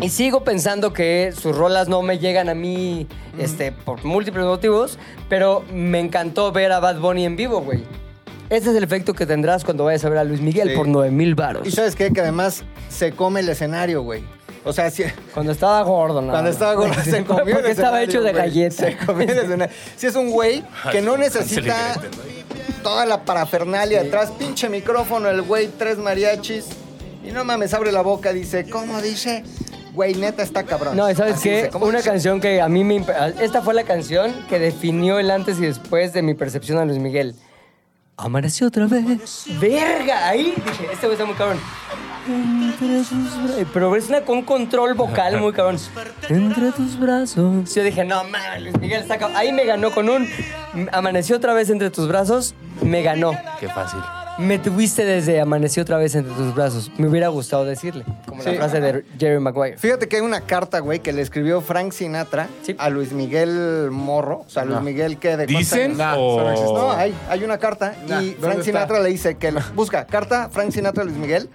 Speaker 2: Y sigo pensando que sus rolas no me llegan a mí este, por múltiples motivos, pero me encantó ver a Bad Bunny en vivo, güey. Ese es el efecto que tendrás cuando vayas a ver a Luis Miguel
Speaker 3: Sí.
Speaker 2: por 9 mil varos.
Speaker 3: Y sabes qué? Que además se come el escenario, güey. O sea, si-
Speaker 2: Cuando estaba gordo, ¿no?
Speaker 3: cuando estaba gordo se comió el
Speaker 2: Porque estaba
Speaker 3: escenario,
Speaker 2: hecho de
Speaker 3: güey.
Speaker 2: galletas.
Speaker 3: Se comió el escenario. Si es un güey que no necesita toda la parafernalia atrás, pinche micrófono, el güey, tres mariachis. Y no mames, abre la boca, dice, ¿cómo dice? Güey, neta, está cabrón.
Speaker 2: No, ¿y sabes
Speaker 3: Así
Speaker 2: qué?
Speaker 3: dice, ¿cómo
Speaker 2: Una
Speaker 3: dice?
Speaker 2: canción que a mí me... imp- ah, Esta fue la canción que definió el antes y después de mi percepción a Luis Miguel. Amaneció otra vez. ¡Verga! Ahí dije, este güey está muy cabrón. Entre sus bra- Pero es una con control vocal muy cabrón. Entre tus brazos. Yo dije, no mames, Luis Miguel saca. Ahí me ganó con un. Amaneció otra vez entre tus brazos. Me ganó.
Speaker 4: Qué fácil.
Speaker 2: Me tuviste desde amaneció otra vez entre tus brazos. Me hubiera gustado decirle. Como la
Speaker 3: Sí.
Speaker 2: frase de Jerry Maguire.
Speaker 3: Fíjate que hay una carta, güey, que le escribió Frank Sinatra
Speaker 2: Sí.
Speaker 3: a Luis Miguel Morro. O sea, Luis Miguel que de cuántos
Speaker 4: ¿Dicen?
Speaker 3: años?
Speaker 5: Nah,
Speaker 4: o-
Speaker 5: eso no existe.
Speaker 3: Pues No, hay, hay una carta
Speaker 5: Nah,
Speaker 3: y
Speaker 5: ¿dónde
Speaker 3: Frank
Speaker 5: está?
Speaker 3: Sinatra le dice que lo- busca carta Frank Sinatra a Luis Miguel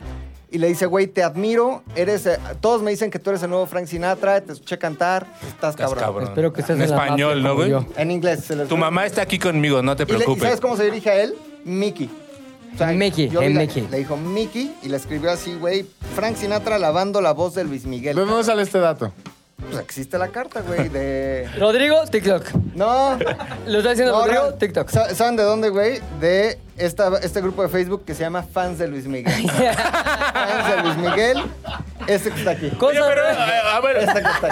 Speaker 3: y le dice, güey, te admiro, eres eh, todos me dicen que tú eres el nuevo Frank Sinatra, te escuché cantar, estás
Speaker 4: Estás
Speaker 3: cabrón.
Speaker 4: cabrón.
Speaker 2: Espero que estés
Speaker 4: en
Speaker 2: en la
Speaker 4: español,
Speaker 2: mafia como
Speaker 4: ¿no, güey?
Speaker 2: yo.
Speaker 3: En inglés. se les-
Speaker 4: Tu mamá está aquí conmigo, no te
Speaker 3: y, le- ¿y
Speaker 4: preocupes.
Speaker 3: ¿Sabes cómo se dirige a él? Mickey.
Speaker 2: Mickey,
Speaker 3: yo
Speaker 2: eh,
Speaker 3: le,
Speaker 2: Mickey.
Speaker 3: le dijo Mickey y le escribió así, güey, Frank Sinatra lavando la voz de Luis
Speaker 5: ¿De
Speaker 3: Miguel.
Speaker 5: dónde sale este dato?
Speaker 3: Pues existe la carta, güey, de...
Speaker 2: Rodrigo, TikTok.
Speaker 3: No.
Speaker 2: Lo está diciendo
Speaker 3: No,
Speaker 2: Rodrigo,
Speaker 3: no.
Speaker 2: TikTok.
Speaker 3: Sa- ¿Saben de dónde, güey? De esta, este grupo de Facebook que se llama Fans de Luis Miguel. Fans de Luis Miguel. Este que está aquí.
Speaker 4: Oye,
Speaker 2: Cosa
Speaker 4: pero,
Speaker 2: de-
Speaker 4: eh, a
Speaker 3: Este
Speaker 4: ver,
Speaker 3: que está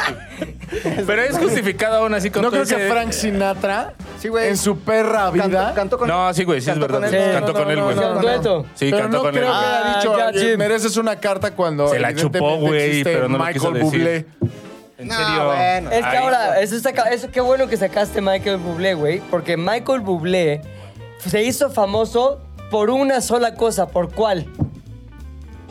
Speaker 3: aquí.
Speaker 4: pero es justificado aún así con
Speaker 5: No
Speaker 4: todo
Speaker 5: creo que
Speaker 4: ese-
Speaker 5: Frank Sinatra,
Speaker 3: Sí, güey.
Speaker 5: en su perra vida,
Speaker 3: Cantó, cantó con
Speaker 4: No, sí, güey, sí es
Speaker 3: Cantó
Speaker 4: verdad.
Speaker 3: con él.
Speaker 4: Cantó
Speaker 5: Sí,
Speaker 4: con
Speaker 5: no,
Speaker 4: él,
Speaker 5: no,
Speaker 4: güey.
Speaker 5: no, no,
Speaker 2: Dueto.
Speaker 4: Sí,
Speaker 5: pero
Speaker 4: cantó
Speaker 5: no
Speaker 4: con él.
Speaker 5: creo que
Speaker 2: Ah,
Speaker 5: haya dicho,
Speaker 2: ya,
Speaker 5: "Oye,
Speaker 2: Jim".
Speaker 5: mereces una carta cuando
Speaker 4: Se la
Speaker 5: evidentemente
Speaker 4: chupó, güey,
Speaker 5: existe
Speaker 4: pero no lo
Speaker 5: Michael
Speaker 4: quiso decir.
Speaker 5: Bublé.
Speaker 4: En
Speaker 3: No,
Speaker 4: serio.
Speaker 3: bueno.
Speaker 2: Es que
Speaker 4: Ay,
Speaker 2: ahora, eso está, ca- eso qué bueno que sacaste Michael Bublé, güey, porque Michael Bublé se hizo famoso por una sola cosa, ¿por cuál?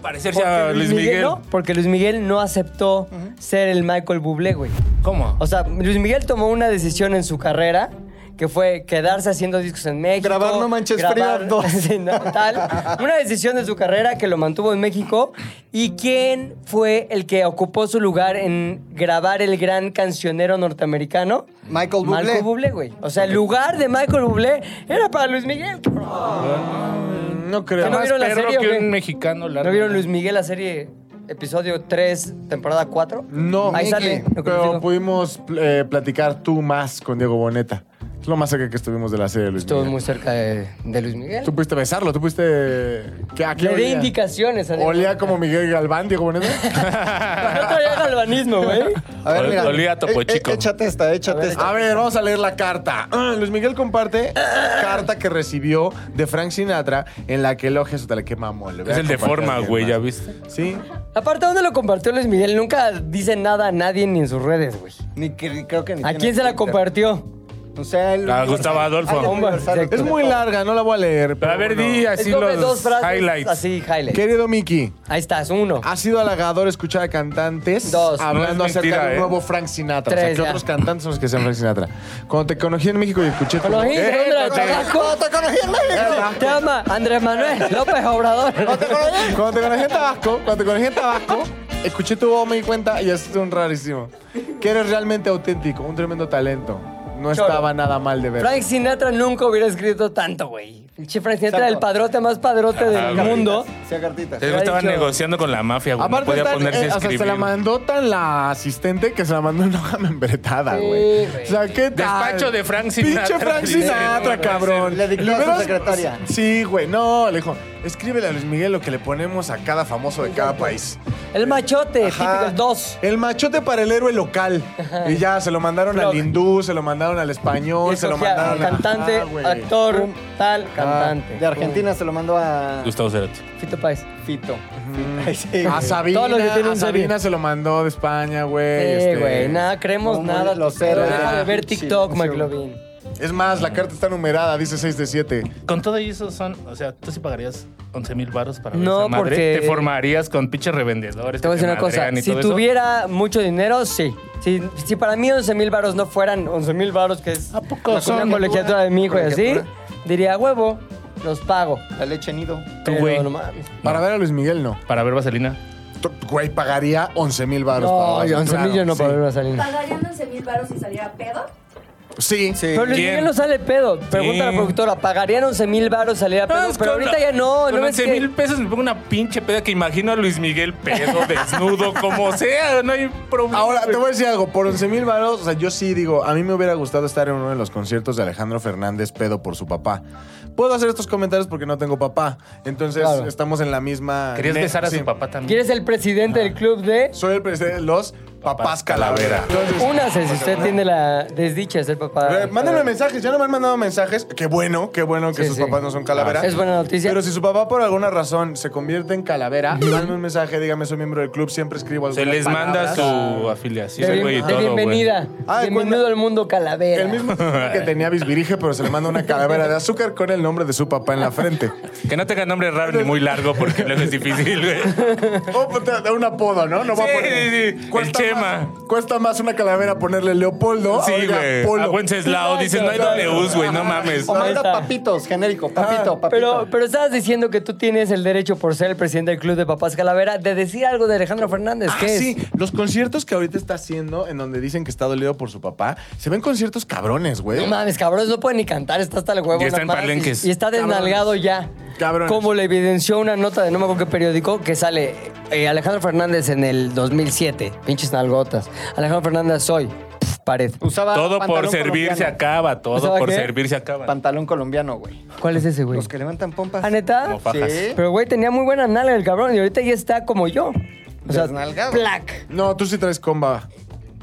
Speaker 4: Parecerse a
Speaker 2: Porque
Speaker 4: Luis Miguel.
Speaker 2: no, porque Luis Miguel no aceptó ser el Michael Bublé, güey.
Speaker 4: ¿Cómo?
Speaker 2: O sea, Luis Miguel tomó una decisión en su carrera que fue quedarse haciendo discos en México.
Speaker 3: Grabar No Manches Frida dos.
Speaker 2: Sí, no, tal. Una decisión de su carrera que lo mantuvo en México. ¿Y quién fue el que ocupó su lugar en grabar el gran cancionero norteamericano?
Speaker 3: Michael Bublé.
Speaker 2: Michael Bublé, güey. O sea, el lugar de Michael Bublé era para Luis Miguel. cabrón.
Speaker 5: No creo.
Speaker 2: Que no
Speaker 4: Más
Speaker 2: vieron la
Speaker 4: perro
Speaker 2: serie,
Speaker 4: que
Speaker 2: ¿o qué?
Speaker 4: un mexicano largo.
Speaker 2: ¿No vieron Luis Miguel la serie episodio 3, temporada 4?
Speaker 5: No,
Speaker 2: Ahí
Speaker 5: Mickey,
Speaker 2: sale. lo que les
Speaker 5: pero
Speaker 2: digo.
Speaker 3: pues
Speaker 5: pudimos pl- eh, platicar tú más con Diego Boneta. Es lo más cerca que estuvimos de la serie de Luis
Speaker 2: Estuvo
Speaker 5: Miguel.
Speaker 2: muy cerca de, de Luis Miguel.
Speaker 5: Tú pudiste besarlo, tú pudiste... ¿Qué, ¿A qué
Speaker 2: Le di
Speaker 5: olía?
Speaker 2: indicaciones a Diego.
Speaker 5: ¿Olía como Miguel Galván, Diego Boneta?
Speaker 2: No traía galvanismo, güey.
Speaker 3: A ver,
Speaker 4: Ol-
Speaker 3: mira.
Speaker 4: olía a Topo
Speaker 3: Eh, eh,
Speaker 4: Chico.
Speaker 3: échate esta, échate esta.
Speaker 5: A ver, vamos a leer la carta. Ah, Luis Miguel comparte carta que recibió de Frank Sinatra en la que elogia su tal. Qué mamón. le voy
Speaker 4: Es
Speaker 5: a
Speaker 4: el de
Speaker 5: compartir a
Speaker 4: forma,
Speaker 5: alguien
Speaker 4: güey,
Speaker 5: más.
Speaker 4: ¿ya viste?
Speaker 5: Sí.
Speaker 2: Aparte, ¿dónde lo compartió Luis Miguel? Nunca dice nada a nadie ni en sus redes, güey.
Speaker 3: Ni, que- ni creo que ni
Speaker 2: ¿A
Speaker 3: tiene
Speaker 2: quién se la
Speaker 3: Twitter.
Speaker 2: compartió?
Speaker 3: O sea, el...
Speaker 4: A Ah, Gustavo Adolfo.
Speaker 3: Alguien
Speaker 2: Hombre,
Speaker 3: universal.
Speaker 2: exacto.
Speaker 5: Es muy larga, no la voy a leer.
Speaker 4: Pero a ver, di así
Speaker 2: Escoge
Speaker 4: los highlights.
Speaker 2: Así, highlights.
Speaker 5: Querido Mickey,
Speaker 2: Ahí estás, uno.
Speaker 5: ha sido halagador escuchar a cantantes
Speaker 2: Dos.
Speaker 5: hablando
Speaker 4: No es
Speaker 5: acerca
Speaker 4: mentira,
Speaker 5: del
Speaker 4: ¿eh?
Speaker 5: nuevo Frank Sinatra. o sea,
Speaker 2: Tres,
Speaker 5: que
Speaker 2: ya.
Speaker 5: otros cantantes son los que sean Frank Sinatra. Cuando te conocí en México y escuché tu-
Speaker 2: Conocí,
Speaker 5: Eh,
Speaker 2: ¿dónde la
Speaker 5: cuando te-
Speaker 2: trabajo?
Speaker 3: ¡Te conocí en México!
Speaker 2: Te ama Andrés Manuel López Obrador.
Speaker 5: Cuando te conocí en Tabasco, cuando te conocí en Tabasco, escuché tu voz, me di cuenta y es un rarísimo. Que eres realmente auténtico, un tremendo talento. No
Speaker 2: Cholo.
Speaker 5: estaba nada mal de ver.
Speaker 2: Frank Sinatra nunca hubiera escrito tanto, güey. Pinche Frank Sinatra,
Speaker 3: Exacto.
Speaker 2: el padrote más padrote del
Speaker 4: Ah, güey.
Speaker 2: mundo.
Speaker 3: Sí, a cartitas.
Speaker 4: Te digo, estaban
Speaker 2: dicho-
Speaker 4: negociando con la mafia, güey. No
Speaker 5: Aparte,
Speaker 4: podía
Speaker 5: tan-
Speaker 4: ponerse
Speaker 5: eh,
Speaker 4: a
Speaker 5: o sea,
Speaker 4: escribir.
Speaker 5: se la mandó tan la asistente que se la mandó en hoja membretada, güey.
Speaker 2: güey.
Speaker 5: o sea, ¿qué tal?
Speaker 4: Despacho de Frank Sinatra,
Speaker 5: Pinche Frank
Speaker 4: dice, no,
Speaker 5: Sinatra,
Speaker 4: no,
Speaker 5: cabrón.
Speaker 3: le dictó a su
Speaker 5: Liberas-
Speaker 3: secretaria.
Speaker 5: Sí, güey, no, le dijo, escríbele a Luis Miguel lo que le ponemos a cada famoso de cada país.
Speaker 2: El machote,
Speaker 5: Ajá.
Speaker 2: típico, el dos.
Speaker 5: El machote para el héroe local. Y ya, se lo mandaron
Speaker 2: Flock.
Speaker 5: al hindú, se lo mandaron al español, se lo
Speaker 2: Escogía
Speaker 5: mandaron a-
Speaker 2: Cantante,
Speaker 5: Ah, güey.
Speaker 2: actor, tal, cantante.
Speaker 3: De Argentina se lo mandó a
Speaker 4: Gustavo Cerati.
Speaker 2: Fito Páez.
Speaker 3: Fito. Ay, sí,
Speaker 5: Mm. A
Speaker 3: güey.
Speaker 5: Sabina,
Speaker 2: Todo lo que tiene
Speaker 5: a
Speaker 2: un
Speaker 5: Sabina
Speaker 2: serie.
Speaker 5: se lo mandó de España, güey.
Speaker 2: Sí,
Speaker 5: este.
Speaker 2: güey, nada, creemos
Speaker 3: no,
Speaker 2: nada.
Speaker 3: lo sé,
Speaker 2: Pero
Speaker 5: la
Speaker 2: deja de
Speaker 5: verdad.
Speaker 2: ver TikTok,
Speaker 3: Sí,
Speaker 2: McLovin.
Speaker 5: Es más, la carta está numerada, dice 6 de 7.
Speaker 4: Con todo y eso son, o sea, tú sí pagarías 11 mil baros para ver
Speaker 2: No,
Speaker 4: esa madre?
Speaker 2: porque-
Speaker 4: Te formarías con pinches revendedores.
Speaker 2: Te voy a decir una cosa. Si tuviera mucho dinero, sí. Si, si para mí 11 mil varos no fueran 11 mil varos, que es
Speaker 4: ¿A poco
Speaker 2: la
Speaker 4: son?
Speaker 2: colegiatura de mi hijo y así, diría, huevo, los pago.
Speaker 3: La leche nido.
Speaker 4: Tú,
Speaker 2: Pero
Speaker 4: güey.
Speaker 2: no mames.
Speaker 5: Para ver a Luis Miguel, no.
Speaker 4: Para ver Vaselina.
Speaker 5: Tú, Güey, pagaría 11 mil baros.
Speaker 2: No, yo 11 mil yo no para ver una salina.
Speaker 8: ¿Pagarían 11 mil baros si saliera pedo?
Speaker 5: Sí. sí.
Speaker 2: Pero Luis
Speaker 4: ¿Quién?
Speaker 2: Miguel no sale pedo. Pregunta a la
Speaker 4: Sí.
Speaker 2: productora, ¿pagarían 11 mil varos salir a pedo? Pero ahorita ya no,
Speaker 4: Con
Speaker 2: no es
Speaker 4: 11 mil
Speaker 2: que...
Speaker 4: pesos me pongo una pinche peda que imagino a Luis Miguel pedo, desnudo, como sea. No hay problema.
Speaker 5: Ahora, te voy a decir algo. Por 11 mil baros, o sea, yo sí digo, a mí me hubiera gustado estar en uno de los conciertos de Alejandro Fernández pedo por su papá. Puedo hacer estos comentarios porque no tengo papá. Entonces,
Speaker 2: Claro.
Speaker 5: estamos en la misma...
Speaker 4: Querías
Speaker 5: Ne-
Speaker 4: besar a
Speaker 5: sí.
Speaker 4: su papá también.
Speaker 2: ¿Quieres el presidente del club de...?
Speaker 5: Soy el presidente de los Papás Calavera. Entonces,
Speaker 2: Únase si usted tiene la desdicha de ser papá.
Speaker 5: eh, mándenme mensajes, ya no me han mandado mensajes. Qué bueno, qué bueno que
Speaker 2: ah. Sí,
Speaker 5: sus
Speaker 2: sí.
Speaker 5: papás no son calavera.
Speaker 2: Es buena noticia.
Speaker 5: Pero si su papá por alguna razón se convierte en calavera, mándenme un mensaje, dígame, soy miembro del club, siempre escribo
Speaker 4: Se
Speaker 5: algunas
Speaker 4: les manda
Speaker 5: palabras.
Speaker 4: su
Speaker 2: de,
Speaker 4: afiliación,
Speaker 2: bien-
Speaker 4: güey, y
Speaker 2: de
Speaker 4: todo, güey.
Speaker 2: bienvenida.
Speaker 5: Ah, de
Speaker 2: Bienvenido
Speaker 5: cuenta-
Speaker 2: al mundo calavera.
Speaker 5: El mismo que tenía bisbirige, pero se le manda una calavera de azúcar con el nombre de su papá en la frente.
Speaker 4: Que no tenga nombre raro ni muy largo porque luego es difícil, güey.
Speaker 5: O Oh, pues, da un apodo, ¿no? No va
Speaker 4: Sí,
Speaker 5: a poner.
Speaker 4: sí, sí. El Chema.
Speaker 5: Más, cuesta más una calavera ponerle Leopoldo.
Speaker 4: Sí,
Speaker 5: ahora
Speaker 4: güey.
Speaker 5: Polo.
Speaker 4: A Wenceslao dices, no hay W's, güey, no mames.
Speaker 3: O manda
Speaker 2: Ahorita.
Speaker 3: papitos, genérico, papito, papito.
Speaker 2: Pero, pero estabas diciendo que tú tienes el derecho, por ser el presidente del Club de Papás Calavera, de decir algo de Alejandro Fernández.
Speaker 5: Ah,
Speaker 2: ¿Qué es?
Speaker 5: sí, los conciertos que ahorita está haciendo, en donde dicen que está dolido por su papá, se ven conciertos cabrones, güey.
Speaker 2: No mames, cabrones, no pueden ni cantar, está hasta el huevo.
Speaker 4: Y está
Speaker 2: no
Speaker 4: en
Speaker 2: mames.
Speaker 4: palenques.
Speaker 2: Y está desnalgado ya.
Speaker 5: Cabrones.
Speaker 2: Como le evidenció una nota de no me acuerdo qué periódico que sale eh, Alejandro Fernández en el 2007. Pinches nalgotas. Alejandro Fernández hoy. Pff, pared.
Speaker 3: Usaba
Speaker 4: Todo por
Speaker 3: pantalón
Speaker 4: servirse
Speaker 3: colombiano.
Speaker 4: acaba, todo
Speaker 2: ¿Usaba
Speaker 4: por
Speaker 2: qué?
Speaker 4: servirse acaba.
Speaker 3: Pantalón colombiano, güey.
Speaker 2: ¿Cuál es ese, güey?
Speaker 3: Los que levantan pompas.
Speaker 2: ¿Ah, neta?
Speaker 4: Como fajas.
Speaker 3: Sí.
Speaker 2: Pero, güey, tenía muy buena nalga el cabrón y ahorita ya está como yo. O sea,
Speaker 3: Desnalgado.
Speaker 2: plac.
Speaker 5: No, tú sí traes comba.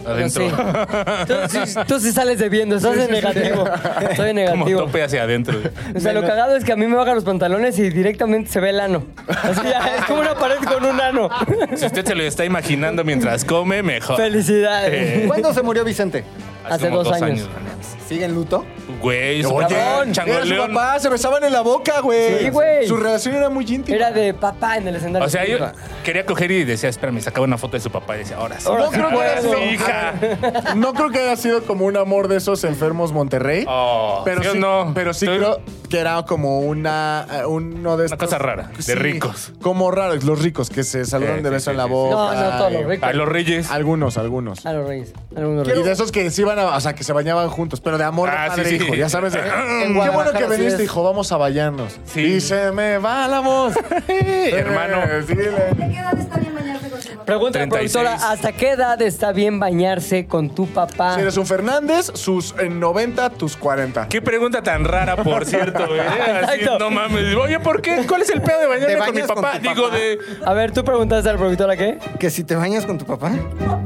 Speaker 4: Adentro.
Speaker 2: Sí. Tú, sí- tú sí sales debiendo, estás en negativo. Estoy en
Speaker 4: Como
Speaker 2: negativo.
Speaker 4: tope hacia adentro. güey.
Speaker 2: O sea, lo cagado es que a mí me bajan los pantalones y directamente se ve el ano. Así ya, es como una pared con un ano.
Speaker 4: Si usted se lo está imaginando mientras come, mejor. Eh,
Speaker 2: Felicidades.
Speaker 3: ¿Cuándo se murió Vicente?
Speaker 2: Hace
Speaker 4: como
Speaker 2: dos años.
Speaker 3: ¿Sigue en luto?
Speaker 4: Güey, su
Speaker 5: Oye, era su
Speaker 4: changoleón.
Speaker 3: Ah,
Speaker 5: papá, se besaban en la boca, güey.
Speaker 2: Sí, güey.
Speaker 5: Su relación era muy íntima.
Speaker 2: Era de papá en el escenario.
Speaker 4: O sea, yo quería coger y decía, espérame, sacaba una foto de su papá y decía, ahora sí.
Speaker 2: Ahora
Speaker 4: Ahora
Speaker 2: sí puedo.
Speaker 4: sí, hija.
Speaker 5: No creo que haya sido como un amor de esos enfermos Monterrey.
Speaker 4: Oh,
Speaker 5: pero
Speaker 4: ¿sí o
Speaker 5: sí,
Speaker 4: no?
Speaker 5: pero sí
Speaker 4: Estoy-
Speaker 5: creo que era como una eh, uno de estos-
Speaker 4: cosa rara, de ricos.
Speaker 5: Como raros, los ricos que se saludan
Speaker 4: Sí,
Speaker 5: de
Speaker 4: sí,
Speaker 5: beso
Speaker 4: sí,
Speaker 5: en la
Speaker 4: sí, sí.
Speaker 5: boca.
Speaker 2: No, no, todos los
Speaker 5: y-
Speaker 2: ricos. Ah,
Speaker 4: A los reyes.
Speaker 5: Algunos, algunos.
Speaker 2: A los reyes. a algunos
Speaker 5: Y
Speaker 2: reyes.
Speaker 5: de esos que se iban a, o sea, que se bañaban juntos, pero de amor
Speaker 4: Ah,
Speaker 5: de padre e
Speaker 4: sí, sí.
Speaker 5: hijo, ya sabes. de, "Mm, qué bueno que
Speaker 3: Guadalajara, sí
Speaker 5: viniste,
Speaker 3: es.
Speaker 5: hijo, vamos a bañarnos.
Speaker 4: Sí.
Speaker 5: Y se me va la voz.
Speaker 4: hermano.
Speaker 5: Sí, le-
Speaker 8: ¿De qué edad está bien bañarse con su papá?
Speaker 2: Pregunta a la
Speaker 4: 36.
Speaker 2: productora, ¿hasta qué edad está bien bañarse con tu papá?
Speaker 5: Si eres un Fernández, sus eh, 90, tus 40.
Speaker 4: Qué pregunta tan rara, por cierto, güey. Así,
Speaker 2: Exacto.
Speaker 4: no mames. Oye, ¿por qué? ¿Cuál es el pedo de
Speaker 3: ¿Te
Speaker 4: bañarme con mi
Speaker 3: bañas con
Speaker 4: papá?
Speaker 3: tu
Speaker 4: Digo,
Speaker 3: papá?
Speaker 4: de...
Speaker 2: A ver, ¿tú preguntaste a la productora qué?
Speaker 3: ¿Que si te bañas con tu papá?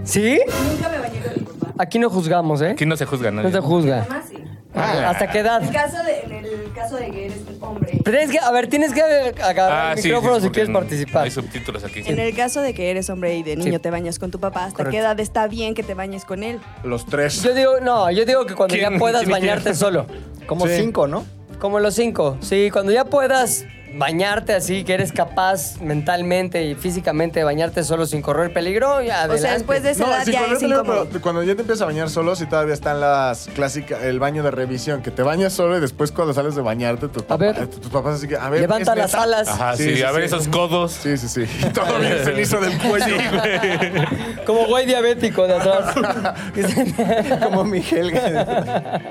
Speaker 2: ¿Sí?
Speaker 8: Nunca me bañé con mi papá.
Speaker 2: Aquí no juzgamos, ¿eh?
Speaker 4: Aquí no se juzga nadie.
Speaker 2: No se juzga.
Speaker 8: Mamá sí.
Speaker 2: ¿Hasta qué edad?
Speaker 8: En caso de, en el caso de que eres un hombre.
Speaker 2: Pero tienes que, a ver, tienes que agarrar
Speaker 4: Ah,
Speaker 2: el
Speaker 4: sí, sí,
Speaker 2: micrófono
Speaker 4: sí,
Speaker 2: si
Speaker 4: porque
Speaker 2: quieres
Speaker 4: no-
Speaker 2: participar.
Speaker 4: Hay subtítulos aquí.
Speaker 9: En el caso de que eres hombre y de niño
Speaker 2: Sí.
Speaker 9: te bañas con tu papá, ¿hasta qué edad está bien que te bañes con él?
Speaker 5: Los tres.
Speaker 2: Yo digo, no, yo digo que cuando ya
Speaker 4: ¿Quién-
Speaker 2: puedas
Speaker 4: quién
Speaker 2: bañarte
Speaker 4: quiere?
Speaker 2: solo.
Speaker 3: Como
Speaker 5: Sí.
Speaker 3: cinco, ¿no?
Speaker 2: Como los cinco. Sí, cuando ya puedas bañarte así, que eres capaz mentalmente y físicamente de bañarte solo sin correr peligro, ya
Speaker 9: O sea, después de esa edad
Speaker 5: sí,
Speaker 9: ya
Speaker 5: cuando
Speaker 9: es
Speaker 5: te leo,
Speaker 9: incómodo.
Speaker 5: pero cuando ya te empiezas a bañar solo, si todavía están las clásicas, el baño de revisión, que te bañas solo y después cuando sales de bañarte, tus, papá-
Speaker 2: ver.
Speaker 5: tus papás así que, a ver.
Speaker 2: Levanta
Speaker 5: ¿es
Speaker 2: las
Speaker 5: neta?
Speaker 2: alas.
Speaker 4: Ajá, sí,
Speaker 5: Sí, sí,
Speaker 4: a ver
Speaker 5: sí.
Speaker 4: esos codos.
Speaker 5: Sí, sí, sí. Y todo bien cenizo del cuello.
Speaker 2: Como güey diabético de atrás.
Speaker 3: Como mi Helga.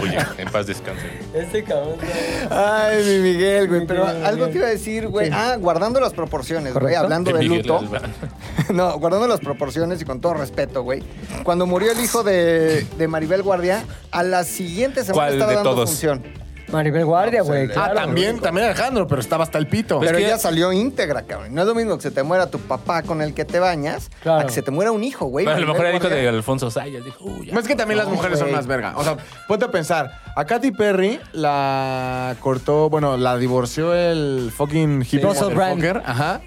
Speaker 4: Oye, en paz descanse.
Speaker 2: este cabrón.
Speaker 3: Ay, mi Miguel, güey. Pero
Speaker 2: Miguel,
Speaker 3: algo
Speaker 2: Miguel.
Speaker 3: te iba a decir, güey. Ah, guardando las proporciones, güey.
Speaker 2: Correcto.
Speaker 3: Hablando de
Speaker 4: Miguel
Speaker 3: luto.
Speaker 4: Alba.
Speaker 3: No, guardando las proporciones y con todo respeto, güey. Cuando murió el hijo de, de Maribel Guardia, a la siguiente semana
Speaker 4: ¿Cuál
Speaker 3: estaba
Speaker 4: de
Speaker 3: dando
Speaker 4: todos?
Speaker 3: función.
Speaker 2: Maribel Guardia, güey.
Speaker 5: ah,
Speaker 2: claro.
Speaker 5: también, también Alejandro, pero estaba hasta el pito.
Speaker 3: Pero
Speaker 4: que-
Speaker 3: ella salió íntegra, cabrón. No es lo mismo que se te muera tu papá con el que te bañas,
Speaker 2: Claro.
Speaker 3: a que se te muera un hijo, güey.
Speaker 4: Bueno, a lo
Speaker 3: Maribel
Speaker 4: mejor el hijo
Speaker 3: Guardia.
Speaker 4: de Alfonso Sayas dijo, uy, ya.
Speaker 5: es que también las
Speaker 3: No,
Speaker 5: mujeres son
Speaker 3: güey.
Speaker 5: más verga. O sea, ponte a pensar. A Katy Perry la cortó, bueno, la divorció el fucking hippie
Speaker 2: Russell Brand.
Speaker 5: motherfucker, Ajá.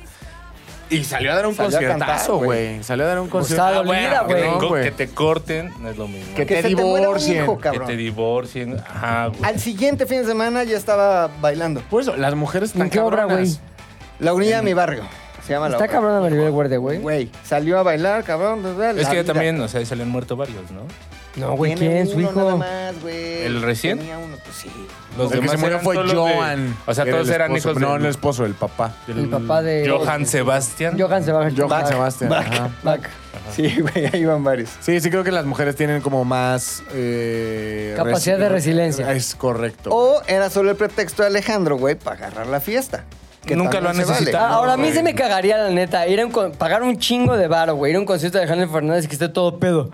Speaker 5: Y salió a dar un
Speaker 3: Salió a
Speaker 5: conciertazo,
Speaker 3: cantar,
Speaker 5: güey. Salió a dar un
Speaker 2: está
Speaker 5: concierto. Ah,
Speaker 2: dolida,
Speaker 4: Ah, que te
Speaker 2: güey.
Speaker 4: co-
Speaker 5: güey.
Speaker 4: Que te corten, no es lo mismo.
Speaker 5: Que
Speaker 4: Que
Speaker 5: te
Speaker 3: se te muera un
Speaker 5: divorcien.
Speaker 3: hijo,
Speaker 4: te,
Speaker 3: cabrón.
Speaker 4: divorcien. Ajá, güey.
Speaker 3: Al siguiente fin de semana ya estaba bailando.
Speaker 5: Por eso, las mujeres están
Speaker 2: ¿En qué obra,
Speaker 5: cabronas.
Speaker 3: La unidad de mi barrio. Se llama la
Speaker 2: Mm. Está
Speaker 3: obra.
Speaker 2: cabrón ¿eh? a Maribel Guardia, güey.
Speaker 3: Güey, salió a bailar, cabrón. la
Speaker 4: Es que
Speaker 3: vida.
Speaker 4: también, o sea, se le han muerto varios, ¿no?
Speaker 2: No, güey,
Speaker 3: Tiene
Speaker 2: ¿quién? Su
Speaker 3: uno nada
Speaker 2: hijo.
Speaker 3: más, güey.
Speaker 4: ¿El recién?
Speaker 3: Tenía uno, pues sí.
Speaker 5: El
Speaker 4: Los
Speaker 5: que se murió
Speaker 4: eran
Speaker 5: fue
Speaker 4: todos los de-
Speaker 5: Joan.
Speaker 4: o sea,
Speaker 5: que era
Speaker 4: todos
Speaker 5: el
Speaker 4: eran
Speaker 5: esposo.
Speaker 4: hijos
Speaker 5: No,
Speaker 4: del-
Speaker 5: no el esposo, el papá.
Speaker 2: El papá de-
Speaker 4: Johan Sebastián.
Speaker 2: Johan Sebastián.
Speaker 5: Johan
Speaker 2: Bach.
Speaker 5: Sebastián. ajá.
Speaker 2: Bach.
Speaker 3: Sí, güey, ahí van varios.
Speaker 5: Sí, sí creo que las mujeres tienen como más... eh,
Speaker 2: Capacidad de resiliencia.
Speaker 5: Es correcto.
Speaker 3: O era solo el pretexto de Alejandro, güey, para agarrar la fiesta. que
Speaker 4: Nunca
Speaker 3: también
Speaker 4: lo han
Speaker 3: se vale.
Speaker 4: necesitado.
Speaker 2: Ah, Ahora a mí
Speaker 4: güey.
Speaker 2: se me cagaría, la neta, ir a un con- pagar un chingo de varo, güey. Ir a un concierto de Alejandro Fernández que esté todo pedo.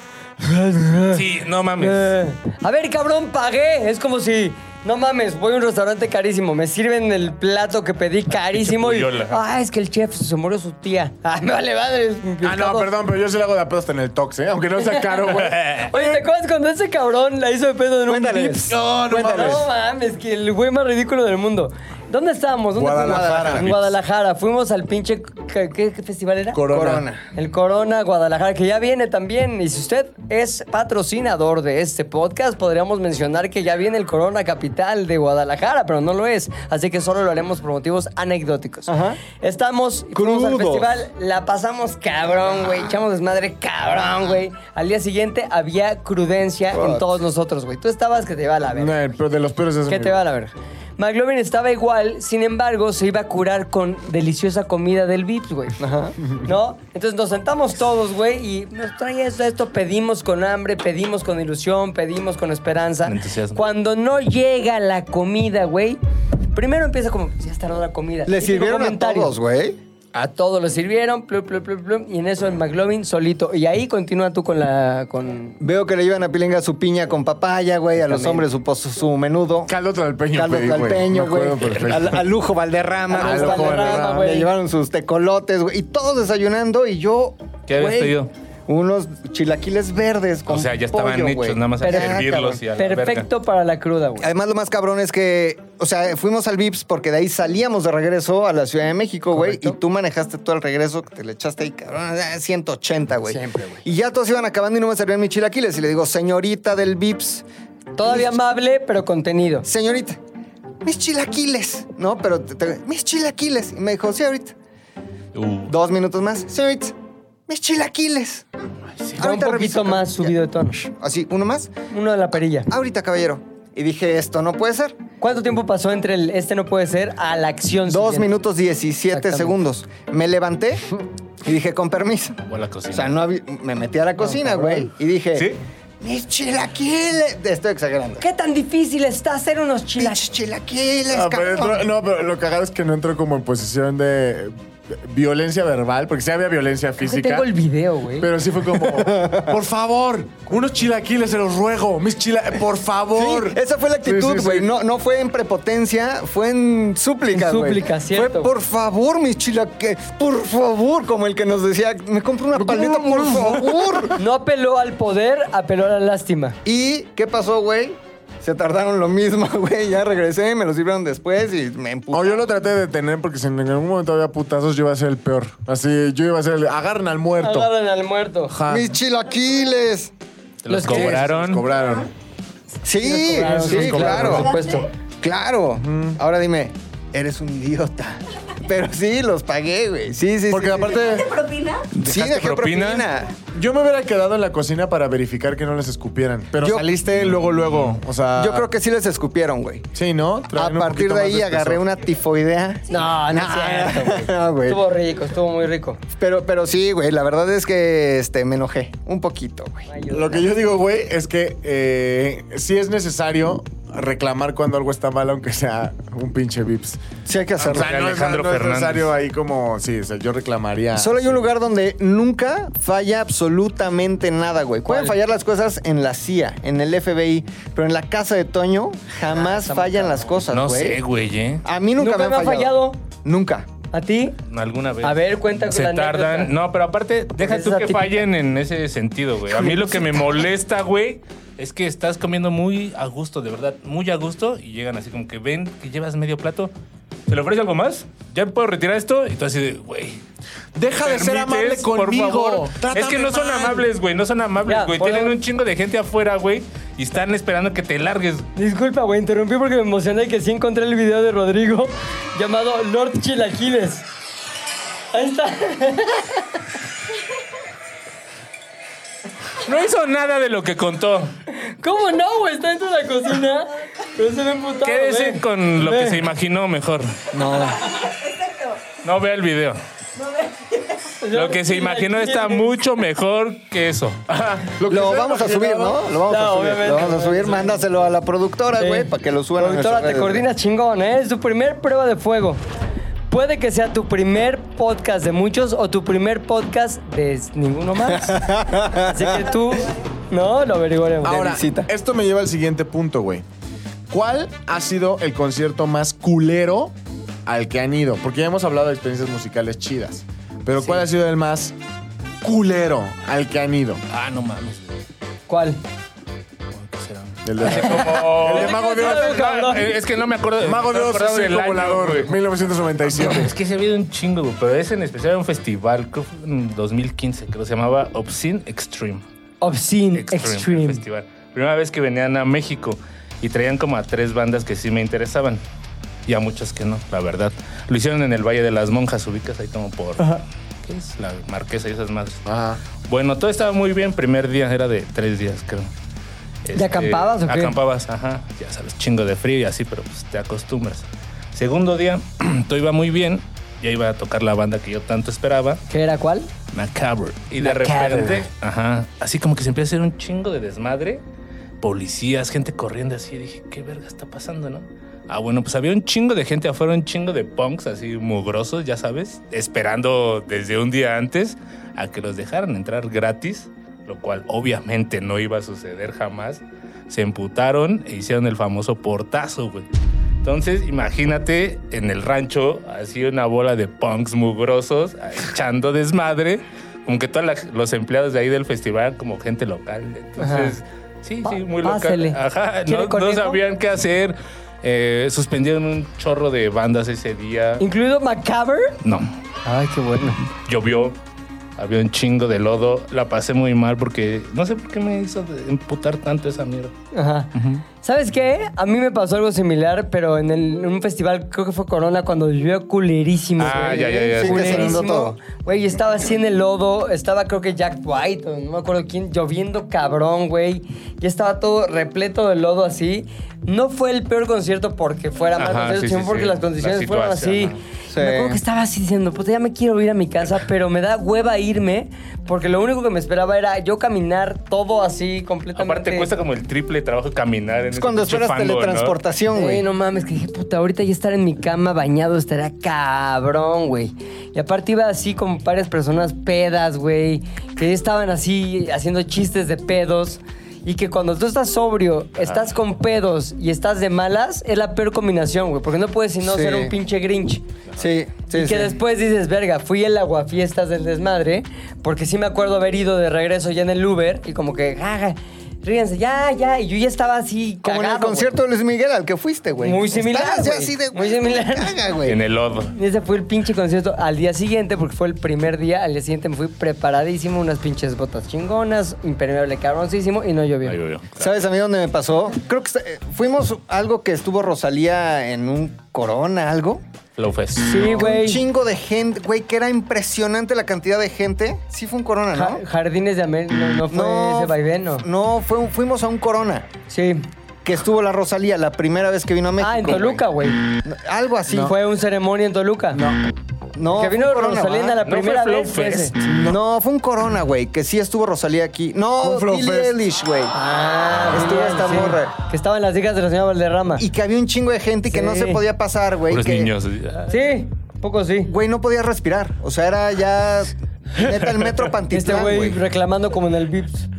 Speaker 4: Sí, no mames.
Speaker 2: Eh, A ver, cabrón, pagué. Es como si No mames, voy a un restaurante carísimo, me sirven el plato que pedí carísimo y.
Speaker 4: Chipullola.
Speaker 2: Ah, es que el chef se murió su tía. Ah, me vale madre.
Speaker 5: Ah, no, perdón, pero yo se le hago de apedo hasta en el tox, ¿eh? Aunque no sea caro, güey.
Speaker 2: Oye, ¿te acuerdas cuando ese cabrón la hizo de pedo en un
Speaker 3: Cuéntales.
Speaker 2: Vips?
Speaker 5: No, no mames.
Speaker 2: No mames, que el güey más ridículo del mundo. ¿Dónde estábamos? ¿Dónde
Speaker 5: Guadalajara.
Speaker 2: fuimos? En Guadalajara. Fuimos al pinche. ¿Qué, qué festival era?
Speaker 5: Corona.
Speaker 3: Corona.
Speaker 2: El Corona Guadalajara, que ya viene también. Y si usted es patrocinador de este podcast, podríamos mencionar que ya viene el Corona Capital de Guadalajara, pero no lo es. Así que solo lo haremos por motivos anecdóticos.
Speaker 3: Ajá.
Speaker 2: Estamos fuimos al
Speaker 3: Crudos.
Speaker 2: festival, la pasamos cabrón, güey. Echamos desmadre cabrón, güey. Al día siguiente había crudencia en todos nosotros, güey. Tú estabas que te iba a la verga.
Speaker 5: No, el peor de los peores es
Speaker 2: ¿Qué
Speaker 5: mi-
Speaker 2: te va a la verga? McLovin estaba igual, sin embargo, se iba a curar con deliciosa comida del Vips, güey. ¿No? Entonces nos sentamos todos, güey, y nos traía esto, esto, pedimos con hambre, pedimos con ilusión, pedimos con esperanza.
Speaker 4: Con entusiasmo.
Speaker 2: Cuando no llega la comida, güey, primero empieza como, ya está la comida.
Speaker 3: Le
Speaker 2: Típico
Speaker 3: sirvieron a
Speaker 2: comentario.
Speaker 3: todos, güey.
Speaker 2: A todos lo sirvieron, plum, plum, plum, plum, y en eso el McLovin solito. Y ahí continúa tú con la... Con...
Speaker 3: Veo que le llevan a Pilinga su piña con papaya, güey. A los hombres su, pos- su menudo.
Speaker 5: Caldo tlalpeño,
Speaker 3: Caldo
Speaker 5: pedí, güey.
Speaker 3: tlalpeño,
Speaker 5: Me
Speaker 3: güey.
Speaker 5: acuerdo perfecto.
Speaker 3: Al, al lujo Valderrama.
Speaker 2: Al
Speaker 3: güey.
Speaker 2: Lujo Valderrama, güey.
Speaker 3: Le llevaron sus tecolotes, güey. Y todos desayunando y yo...
Speaker 4: ¿Qué habías
Speaker 3: güey,
Speaker 4: pedido?
Speaker 3: Unos chilaquiles verdes con
Speaker 4: O sea, ya estaban
Speaker 3: pollo,
Speaker 4: hechos,
Speaker 3: güey.
Speaker 4: nada más hay que
Speaker 3: Ah,
Speaker 4: servirlos
Speaker 3: cabrón.
Speaker 4: y a la verga.
Speaker 2: Perfecto para la cruda, güey.
Speaker 3: Además, lo más cabrón es que, o sea, fuimos al Vips porque de ahí salíamos de regreso a la Ciudad de México, güey. Y tú manejaste todo el regreso, te le echaste ahí, cabrón, ah, 180, güey.
Speaker 2: Siempre, güey.
Speaker 3: Y ya todos iban acabando y no me servían mis chilaquiles. Y le digo, señorita del Vips,
Speaker 2: Todavía amable, pero contenido.
Speaker 3: señorita, mis chilaquiles. No, pero te- te- mis chilaquiles. Y me dijo, sí, ahorita.
Speaker 4: Uh,
Speaker 3: Dos minutos más, señorita, mis chilaquiles.
Speaker 2: Ya un
Speaker 3: Ahorita
Speaker 2: poquito
Speaker 3: reviso, Ah, cabrón.
Speaker 2: más subido de tono.
Speaker 3: Ya. Así, uno más.
Speaker 2: Uno de la perilla.
Speaker 3: Ahorita, caballero. Y dije, esto no puede ser.
Speaker 2: ¿Cuánto tiempo pasó entre el este no puede ser a la acción?
Speaker 3: Dos
Speaker 2: siguiente?
Speaker 3: minutos 17
Speaker 2: Exactamente.
Speaker 3: segundos. Me levanté y dije, con permiso.
Speaker 4: o la cocina.
Speaker 3: O sea, no había- me metí a la cocina, güey. Y dije,
Speaker 4: ¿Sí?
Speaker 3: mis chilaquiles. Te Estoy exagerando.
Speaker 2: ¿Qué tan difícil está hacer unos chilaquiles?
Speaker 3: Pinches chilaquiles,
Speaker 5: Ah, pero
Speaker 3: cabrón.
Speaker 5: entró- no, pero lo cagado es que no entró como en posición de violencia verbal, porque sí había violencia física.
Speaker 2: Tengo el video, güey.
Speaker 5: Pero sí fue como, por favor, unos chilaquiles, se los ruego, mis chilaquiles, por favor.
Speaker 3: Sí, esa fue la
Speaker 5: Sí, sí,
Speaker 3: actitud,
Speaker 5: sí.
Speaker 3: güey. No, no fue en prepotencia, fue en súplica,
Speaker 2: En
Speaker 3: güey.
Speaker 2: súplica, cierto.
Speaker 3: Fue, por favor, mis chilaquiles, por favor. Como el que nos decía, me compro una paleta, por favor.
Speaker 2: No apeló al poder, apeló a la lástima.
Speaker 3: ¿Y qué pasó, güey? Se tardaron lo mismo, güey. Ya regresé, me lo sirvieron después y me emputé.
Speaker 5: No, yo lo traté de detener porque si en algún momento había putazos, yo iba a ser el peor. Así, yo iba a ser el, agarren al muerto.
Speaker 2: Agarran al muerto.
Speaker 5: Ajá.
Speaker 3: Ah. ¡Mis chilaquiles!
Speaker 4: Te los
Speaker 2: los que-
Speaker 4: cobraron.
Speaker 5: Cobraron.
Speaker 3: Sí, sí,
Speaker 2: Cobraron, Por
Speaker 3: claro. Eh.
Speaker 2: supuesto.
Speaker 3: Claro. Ahora dime, eres un idiota. Pero sí, los pagué, güey. Sí, sí,
Speaker 5: Porque
Speaker 3: sí.
Speaker 5: aparte,
Speaker 8: propina?
Speaker 3: Sí,
Speaker 4: ¿Dejaste
Speaker 3: dejé
Speaker 4: propina?
Speaker 3: propina.
Speaker 5: yo me hubiera quedado en la cocina para verificar que no les escupieran. Pero
Speaker 3: Yo-
Speaker 5: saliste luego, luego. O sea.
Speaker 3: Yo creo que sí les escupieron, güey.
Speaker 5: Sí, ¿no?
Speaker 3: A
Speaker 5: Traían un
Speaker 3: partir
Speaker 5: poquito
Speaker 3: de
Speaker 5: más
Speaker 3: ahí
Speaker 5: espesor.
Speaker 3: agarré una tifoidea.
Speaker 2: No, no es cierto, güey.
Speaker 3: No, güey.
Speaker 2: Estuvo rico, estuvo muy rico.
Speaker 3: Pero, pero sí, güey, la verdad es que este, me enojé un poquito, güey.
Speaker 5: Lo que yo digo, güey, es que eh, sí es necesario reclamar cuando algo está mal, aunque sea un pinche vips.
Speaker 3: Sí hay que
Speaker 5: O
Speaker 3: hacerlo.
Speaker 5: sea, no es,
Speaker 4: Alejandro
Speaker 5: no es
Speaker 4: Fernández.
Speaker 5: necesario ahí como, sí, o sea, yo reclamaría.
Speaker 3: Solo hay un lugar donde nunca falla absolutamente nada, güey. Pueden fallar las cosas en la CIA, en el FBI, pero en la casa de Toño
Speaker 2: Ah,
Speaker 3: jamás fallan las cosas,
Speaker 4: No
Speaker 3: güey.
Speaker 4: sé, güey, ¿eh?
Speaker 3: A mí nunca, me han fallado. Nunca.
Speaker 2: ¿A ti?
Speaker 4: Alguna vez.
Speaker 2: A ver, cuenta con
Speaker 4: Se
Speaker 2: la anécdota.
Speaker 4: tardan. No, pero aparte, deja
Speaker 2: esa
Speaker 4: tú
Speaker 2: es la
Speaker 4: que
Speaker 2: típica.
Speaker 4: fallen en ese sentido, güey. A mí lo que me molesta, güey, es que estás comiendo muy a gusto, de verdad, muy a gusto, y llegan así como que ven que llevas medio plato. ¿Se le ofrece algo más? ¿Ya puedo retirar esto? Y tú así de, güey.
Speaker 5: Deja de ser amable
Speaker 4: ¿permites,
Speaker 5: conmigo.
Speaker 4: Por favor?
Speaker 5: Trátame
Speaker 4: Es que no son
Speaker 5: mal.
Speaker 4: amables, güey. No son amables,
Speaker 2: Ya,
Speaker 4: güey.
Speaker 2: por
Speaker 4: Tienen
Speaker 2: favor.
Speaker 4: un chingo de gente afuera, güey, y están esperando que te largues.
Speaker 2: Disculpa, güey, interrumpí porque me emocioné que sí encontré el video de Rodrigo llamado Lord Chilaquiles. Ahí está.
Speaker 4: No hizo nada de lo que contó.
Speaker 2: ¿Cómo no, güey? Está dentro de la cocina. Pero se ve emputado.
Speaker 4: Quédese
Speaker 2: ve.
Speaker 4: con lo que
Speaker 2: Ve.
Speaker 4: se imaginó mejor.
Speaker 3: No.
Speaker 4: No vea el video. Lo que se
Speaker 2: Lord
Speaker 4: imaginó está
Speaker 2: Chilaquiles.
Speaker 4: mucho mejor que eso.
Speaker 3: Lo, vamos a subir, ¿no? Lo vamos
Speaker 2: No,
Speaker 3: a subir.
Speaker 2: obviamente,
Speaker 3: Lo vamos a
Speaker 2: obviamente.
Speaker 3: subir. Mándaselo a la productora,
Speaker 2: Sí.
Speaker 3: güey, para que lo suban. a
Speaker 2: Productora, te
Speaker 3: nuestras redes, güey.
Speaker 2: coordinas chingón, ¿eh? Es tu primer prueba de fuego. Puede que sea tu primer podcast de muchos o tu primer podcast de ninguno más. Así que tú, no, lo averiguaremos.
Speaker 5: Ahora,
Speaker 3: visita.
Speaker 4: eh,
Speaker 5: esto me lleva al siguiente punto, güey. ¿Cuál ha sido el concierto más culero al que han ido? Porque ya hemos hablado de experiencias musicales chidas. Pero ¿cuál ha sido el más culero al que han ido?
Speaker 4: Ah, no mames. güey.
Speaker 2: ¿Cuál?
Speaker 4: ¿Qué será?
Speaker 5: El de,
Speaker 4: Como-
Speaker 5: el de Mago de Oz.
Speaker 4: No, eh, Oh. es que no me acuerdo.
Speaker 5: Mago de
Speaker 4: no me
Speaker 5: Oz,
Speaker 4: acordaba del
Speaker 5: circo
Speaker 4: año, güey.
Speaker 5: volador,
Speaker 4: Es
Speaker 5: 1997.
Speaker 4: que se ha habido un chingo, güey, pero ese en especial era un festival, creo que fue en 2015, creo que se llamaba Obscene Extreme.
Speaker 2: Obscene
Speaker 4: el
Speaker 2: Mm, Extreme.
Speaker 4: Festival. Primera vez que venían a México y traían como a tres bandas que sí me interesaban y a muchas que no, la verdad. Lo hicieron en el Valle de las Monjas, ubicas ahí como por... ¿Qué es? La Marquesa y esas madres.
Speaker 5: Ajá.
Speaker 4: Bueno, todo estaba muy bien. Primer día era de tres días, creo. Este,
Speaker 2: acampabas o qué?
Speaker 4: Acampabas, ajá. Ya sabes, chingo de frío y así, pero pues te acostumbras. Segundo día, todo iba muy bien. Ya iba a tocar la banda que yo tanto esperaba,
Speaker 2: ¿Qué era cuál?
Speaker 4: Macabre. Y de
Speaker 2: Macabre.
Speaker 4: repente, ajá, así como que se empieza a hacer un chingo de desmadre. Policías, gente corriendo así. Dije, ¿qué verga está pasando, no? Ah, bueno, pues había un chingo de gente afuera, un chingo de punks así mugrosos, ya sabes, esperando desde un día antes a que los dejaran entrar gratis, lo cual obviamente no iba a suceder jamás. Se emputaron e hicieron el famoso portazo, güey. Entonces, imagínate en el rancho, así una bola de punks mugrosos, echando desmadre, como que todos los empleados de ahí del festival, como gente local. Entonces, sí,
Speaker 2: Pa-
Speaker 4: sí, muy local.
Speaker 2: pásele.
Speaker 4: Ajá,
Speaker 2: ¿Quiere
Speaker 4: no, no
Speaker 2: conejo?
Speaker 4: sabían qué hacer. Eh, suspendieron un chorro de bandas ese día.
Speaker 2: ¿Incluido Macabre?
Speaker 4: No,
Speaker 2: Ay, qué bueno.
Speaker 4: llovió, había un chingo de lodo. La pasé muy mal porque no sé por qué me hizo de- emputar tanto esa mierda.
Speaker 2: Ajá. ¿Sabes qué? A mí me pasó algo similar, pero en, el- en un festival, creo que fue Corona, cuando llovió culerísimo.
Speaker 4: Ah,
Speaker 2: güey.
Speaker 4: ya, ya, ya, sí.
Speaker 2: Culerísimo.
Speaker 3: Sí, te inundó todo.
Speaker 2: Güey, estaba así en el lodo, estaba creo que Jack White, o no me acuerdo quién, lloviendo cabrón, güey. Ya estaba todo repleto de lodo así. No fue el peor concierto porque fuera mal
Speaker 4: Ajá,
Speaker 2: concierto,
Speaker 4: sí,
Speaker 2: sino
Speaker 4: sí,
Speaker 2: porque
Speaker 4: sí.
Speaker 2: las condiciones
Speaker 4: La
Speaker 2: fueron así.
Speaker 4: situación,
Speaker 3: ajá.
Speaker 2: Me
Speaker 3: Sí.
Speaker 2: acuerdo que estaba así diciendo, pues ya me quiero ir a mi casa, pero me da hueva irme, porque lo único que me esperaba era yo caminar todo así completamente.
Speaker 4: Aparte cuesta como el triple trabajo caminar. En
Speaker 3: Es
Speaker 4: ese
Speaker 3: cuando
Speaker 4: pinche
Speaker 3: esperas
Speaker 4: fango, ¿no?
Speaker 3: teletransportación,
Speaker 2: Güey,
Speaker 3: güey.
Speaker 2: no mames, que dije, puta, ahorita ya estar en mi cama bañado estará cabrón, güey. Y aparte iba así con varias personas pedas, güey, que ya estaban así haciendo chistes de pedos. Y que cuando tú estás sobrio, estás con pedos y estás de malas, es la peor combinación, güey. Porque no puedes sino
Speaker 3: Sí.
Speaker 2: ser un pinche grinch.
Speaker 3: Sí, sí,
Speaker 2: y que
Speaker 3: sí.
Speaker 2: después dices, verga, fui el aguafiestas del desmadre, porque sí me acuerdo haber ido de regreso ya en el Uber y como que, jaja, ríense, ya, ya. Y yo ya estaba así,
Speaker 3: Como en el
Speaker 2: cagado, güey.
Speaker 3: concierto de Luis Miguel al que fuiste, güey.
Speaker 2: Muy similar,
Speaker 3: Estabas ya
Speaker 2: güey.
Speaker 3: así de,
Speaker 2: Muy
Speaker 3: güey, me
Speaker 2: similar.
Speaker 3: caga, güey.
Speaker 4: En el lodo.
Speaker 2: Ese fue el pinche concierto al día siguiente, porque fue el primer día. Al día siguiente me fui preparadísimo, unas pinches botas chingonas, impermeable cabroncísimo y no llovió.
Speaker 4: Ahí llovió.
Speaker 3: ¿Sabes a mí dónde me pasó? Creo que eh, fuimos algo que estuvo Rosalía en un corona, algo.
Speaker 4: Lo fue.
Speaker 2: Sí,
Speaker 3: Un
Speaker 2: güey.
Speaker 3: chingo de gente, güey, que era impresionante la cantidad de gente. Sí fue un corona,
Speaker 2: Ja-
Speaker 3: ¿no?
Speaker 2: Jardines de América, no, no fue ese vaivén, ¿no?
Speaker 3: No, fue un- fuimos a un corona.
Speaker 2: Sí.
Speaker 3: Que estuvo la Rosalía la primera vez que vino a México.
Speaker 2: Ah, en Toluca, güey.
Speaker 3: güey. Algo así.
Speaker 2: Sí, fue un ceremonia en Toluca. No.
Speaker 3: No,
Speaker 2: que
Speaker 3: fue
Speaker 2: vino
Speaker 3: un corona,
Speaker 2: Rosalinda la
Speaker 3: ¿verdad?
Speaker 4: No fue
Speaker 2: primera
Speaker 4: Flow
Speaker 2: vez. fue
Speaker 4: Fest.
Speaker 2: ese.
Speaker 3: No. fue un corona, güey. Que sí estuvo Rosalía aquí. No,
Speaker 5: un Flow
Speaker 3: Billie
Speaker 5: Fest.
Speaker 3: Eilish, güey.
Speaker 2: Ah,
Speaker 3: Estuvo
Speaker 2: bien,
Speaker 3: esta
Speaker 2: sí.
Speaker 3: morra.
Speaker 2: Que estaban las hijas de la señora Valderrama.
Speaker 3: Y que había un chingo de gente y que no
Speaker 2: Sí.
Speaker 3: se podía pasar, güey.
Speaker 4: Puros
Speaker 3: que-
Speaker 4: niños. Ay,
Speaker 2: Sí, un poco sí.
Speaker 3: Güey, no podía respirar. O sea, era ya. Neta, el metro
Speaker 2: Este
Speaker 3: Pantitlán,
Speaker 2: güey
Speaker 3: güey.
Speaker 2: reclamando como en el Vips.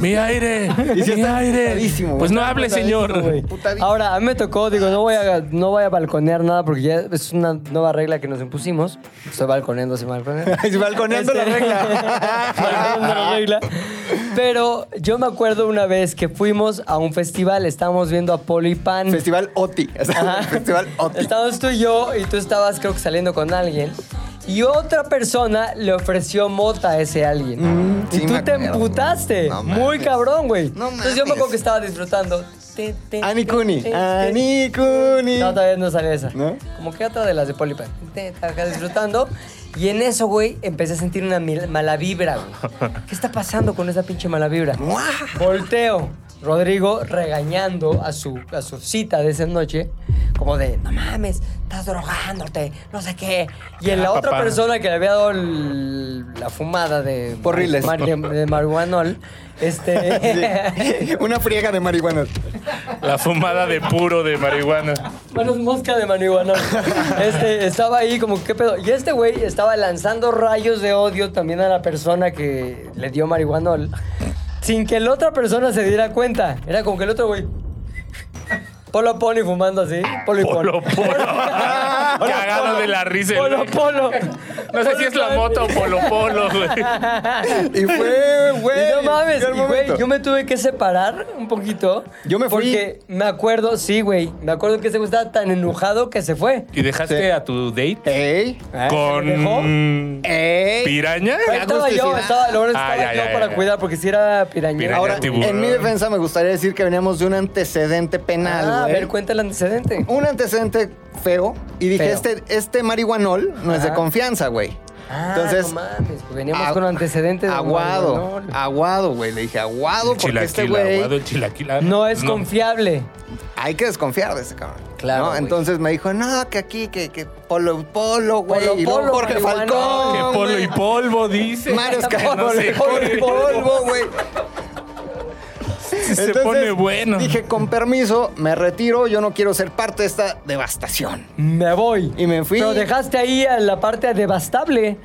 Speaker 4: Mi aire.
Speaker 3: Y sí
Speaker 4: mi
Speaker 3: está
Speaker 4: aire.
Speaker 3: putadísimo, güey.
Speaker 4: Pues no hable, señor.
Speaker 2: güey.
Speaker 3: Putadísimo.
Speaker 2: Ahora, a mí me tocó, digo, no voy a, no voy a balconear nada porque ya es una nueva regla que nos impusimos. Estoy balconeando, sí, balconeando.
Speaker 3: Balconeando la regla.
Speaker 2: Este, balconeando la regla. Pero yo me acuerdo una vez que fuimos a un festival, estábamos viendo a Polo y Pan.
Speaker 3: Festival Oti. O sea,
Speaker 2: Ajá.
Speaker 3: Festival Oti.
Speaker 2: Estábamos tú y yo, y tú estabas, creo que saliendo con alguien. Y otra persona le ofreció mota a ese alguien. y
Speaker 3: Mm, sí
Speaker 2: tú
Speaker 3: me
Speaker 2: te
Speaker 3: acuerdo.
Speaker 2: emputaste.
Speaker 3: No
Speaker 2: Muy
Speaker 3: mames.
Speaker 2: cabrón, güey.
Speaker 3: No
Speaker 2: Entonces yo me acuerdo
Speaker 3: mames.
Speaker 2: que estaba disfrutando. Te, te,
Speaker 3: Ani
Speaker 2: te,
Speaker 3: Kuni.
Speaker 2: te, te.
Speaker 3: Ani Kuni.
Speaker 2: No, todavía no sale esa.
Speaker 3: ¿No?
Speaker 2: Como que otra de las de Polipan. Acá disfrutando. Y en eso, güey, empecé a sentir una mil- mala vibra, güey. ¿Qué está pasando con esa pinche mala vibra? Volteo. Rodrigo regañando a su, a su cita de esa noche, como de, no mames, estás drogándote, no sé qué. Y en la
Speaker 4: Ah,
Speaker 2: otra
Speaker 4: papá.
Speaker 2: persona que le había dado el- la fumada de...
Speaker 3: Porriles.
Speaker 2: mar- de, de marihuanol, este...
Speaker 3: Sí. Una friega de marihuana.
Speaker 4: La fumada de puro de marihuana.
Speaker 2: Manos mosca de marihuana. Este, estaba ahí como, ¿qué pedo? Y este güey estaba lanzando rayos de odio también a la persona que le dio marihuanol. Sin que la otra persona se diera cuenta. Era como que el otro güey... Polo Pony fumando así. Polo y
Speaker 4: Polo,
Speaker 2: Polo.
Speaker 4: polo. Cagado de la risa. el
Speaker 2: Polo
Speaker 4: güey.
Speaker 2: Polo.
Speaker 4: No sé si es la moto o polo, polo, güey.
Speaker 3: Y fue, güey.
Speaker 2: Y no mames,
Speaker 3: llegó el
Speaker 2: y, güey,
Speaker 3: momento.
Speaker 2: yo me tuve que separar un poquito.
Speaker 3: Yo me fui.
Speaker 2: Porque me acuerdo, sí, güey, me acuerdo que ese güey estaba tan enojado que se fue.
Speaker 4: ¿Y dejaste
Speaker 3: Sí.
Speaker 4: a tu date
Speaker 3: Ey,
Speaker 2: ¿Me dejó?
Speaker 4: con
Speaker 3: ey.
Speaker 4: piraña?
Speaker 2: Ahí estaba yo,
Speaker 3: agusticidad.
Speaker 2: estaba, lo bueno,
Speaker 3: Ah,
Speaker 2: estaba
Speaker 4: Ay, ay,
Speaker 2: yo
Speaker 4: ay,
Speaker 2: para
Speaker 4: ay.
Speaker 2: cuidar, porque si era pirañero.
Speaker 4: Piraña.
Speaker 3: Ahora,
Speaker 4: tiburón.
Speaker 3: en mi defensa me gustaría decir que veníamos de un antecedente penal,
Speaker 2: Ah, a
Speaker 3: güey.
Speaker 2: ver, cuenta el antecedente.
Speaker 3: un antecedente feo y dije,
Speaker 2: Feo.
Speaker 3: este, este marihuanol no es de
Speaker 2: Ajá.
Speaker 3: confianza, güey. Ah, Entonces,
Speaker 2: no mames, pues veníamos
Speaker 3: a-
Speaker 2: con antecedentes.
Speaker 3: aguado, Ah, aguado, güey. Le dije, aguado,
Speaker 4: El
Speaker 3: porque este
Speaker 4: chilaquil, aguado,
Speaker 3: güey
Speaker 4: el chilaquil. ah,
Speaker 2: No es confiable.
Speaker 3: hay que desconfiar de ese cabrón.
Speaker 2: Claro,
Speaker 3: ¿no?
Speaker 2: güey.
Speaker 3: Entonces me dijo, no, que aquí, que, que polo, polo, güey.
Speaker 2: Polo,
Speaker 3: y luego
Speaker 2: polo,
Speaker 3: Jorge
Speaker 2: marihuana.
Speaker 3: Falcón.
Speaker 4: Que polo
Speaker 3: güey.
Speaker 4: y polvo, dice.
Speaker 3: Mario Escalante,
Speaker 4: No sé,
Speaker 3: polo y
Speaker 4: güey.
Speaker 3: polvo, güey.
Speaker 4: Sí se
Speaker 3: Entonces,
Speaker 4: pone bueno.
Speaker 3: Dije, con permiso, me retiro, yo no quiero ser parte de esta devastación.
Speaker 2: Me voy.
Speaker 3: Y me fui.
Speaker 2: Pero dejaste ahí a la parte devastable.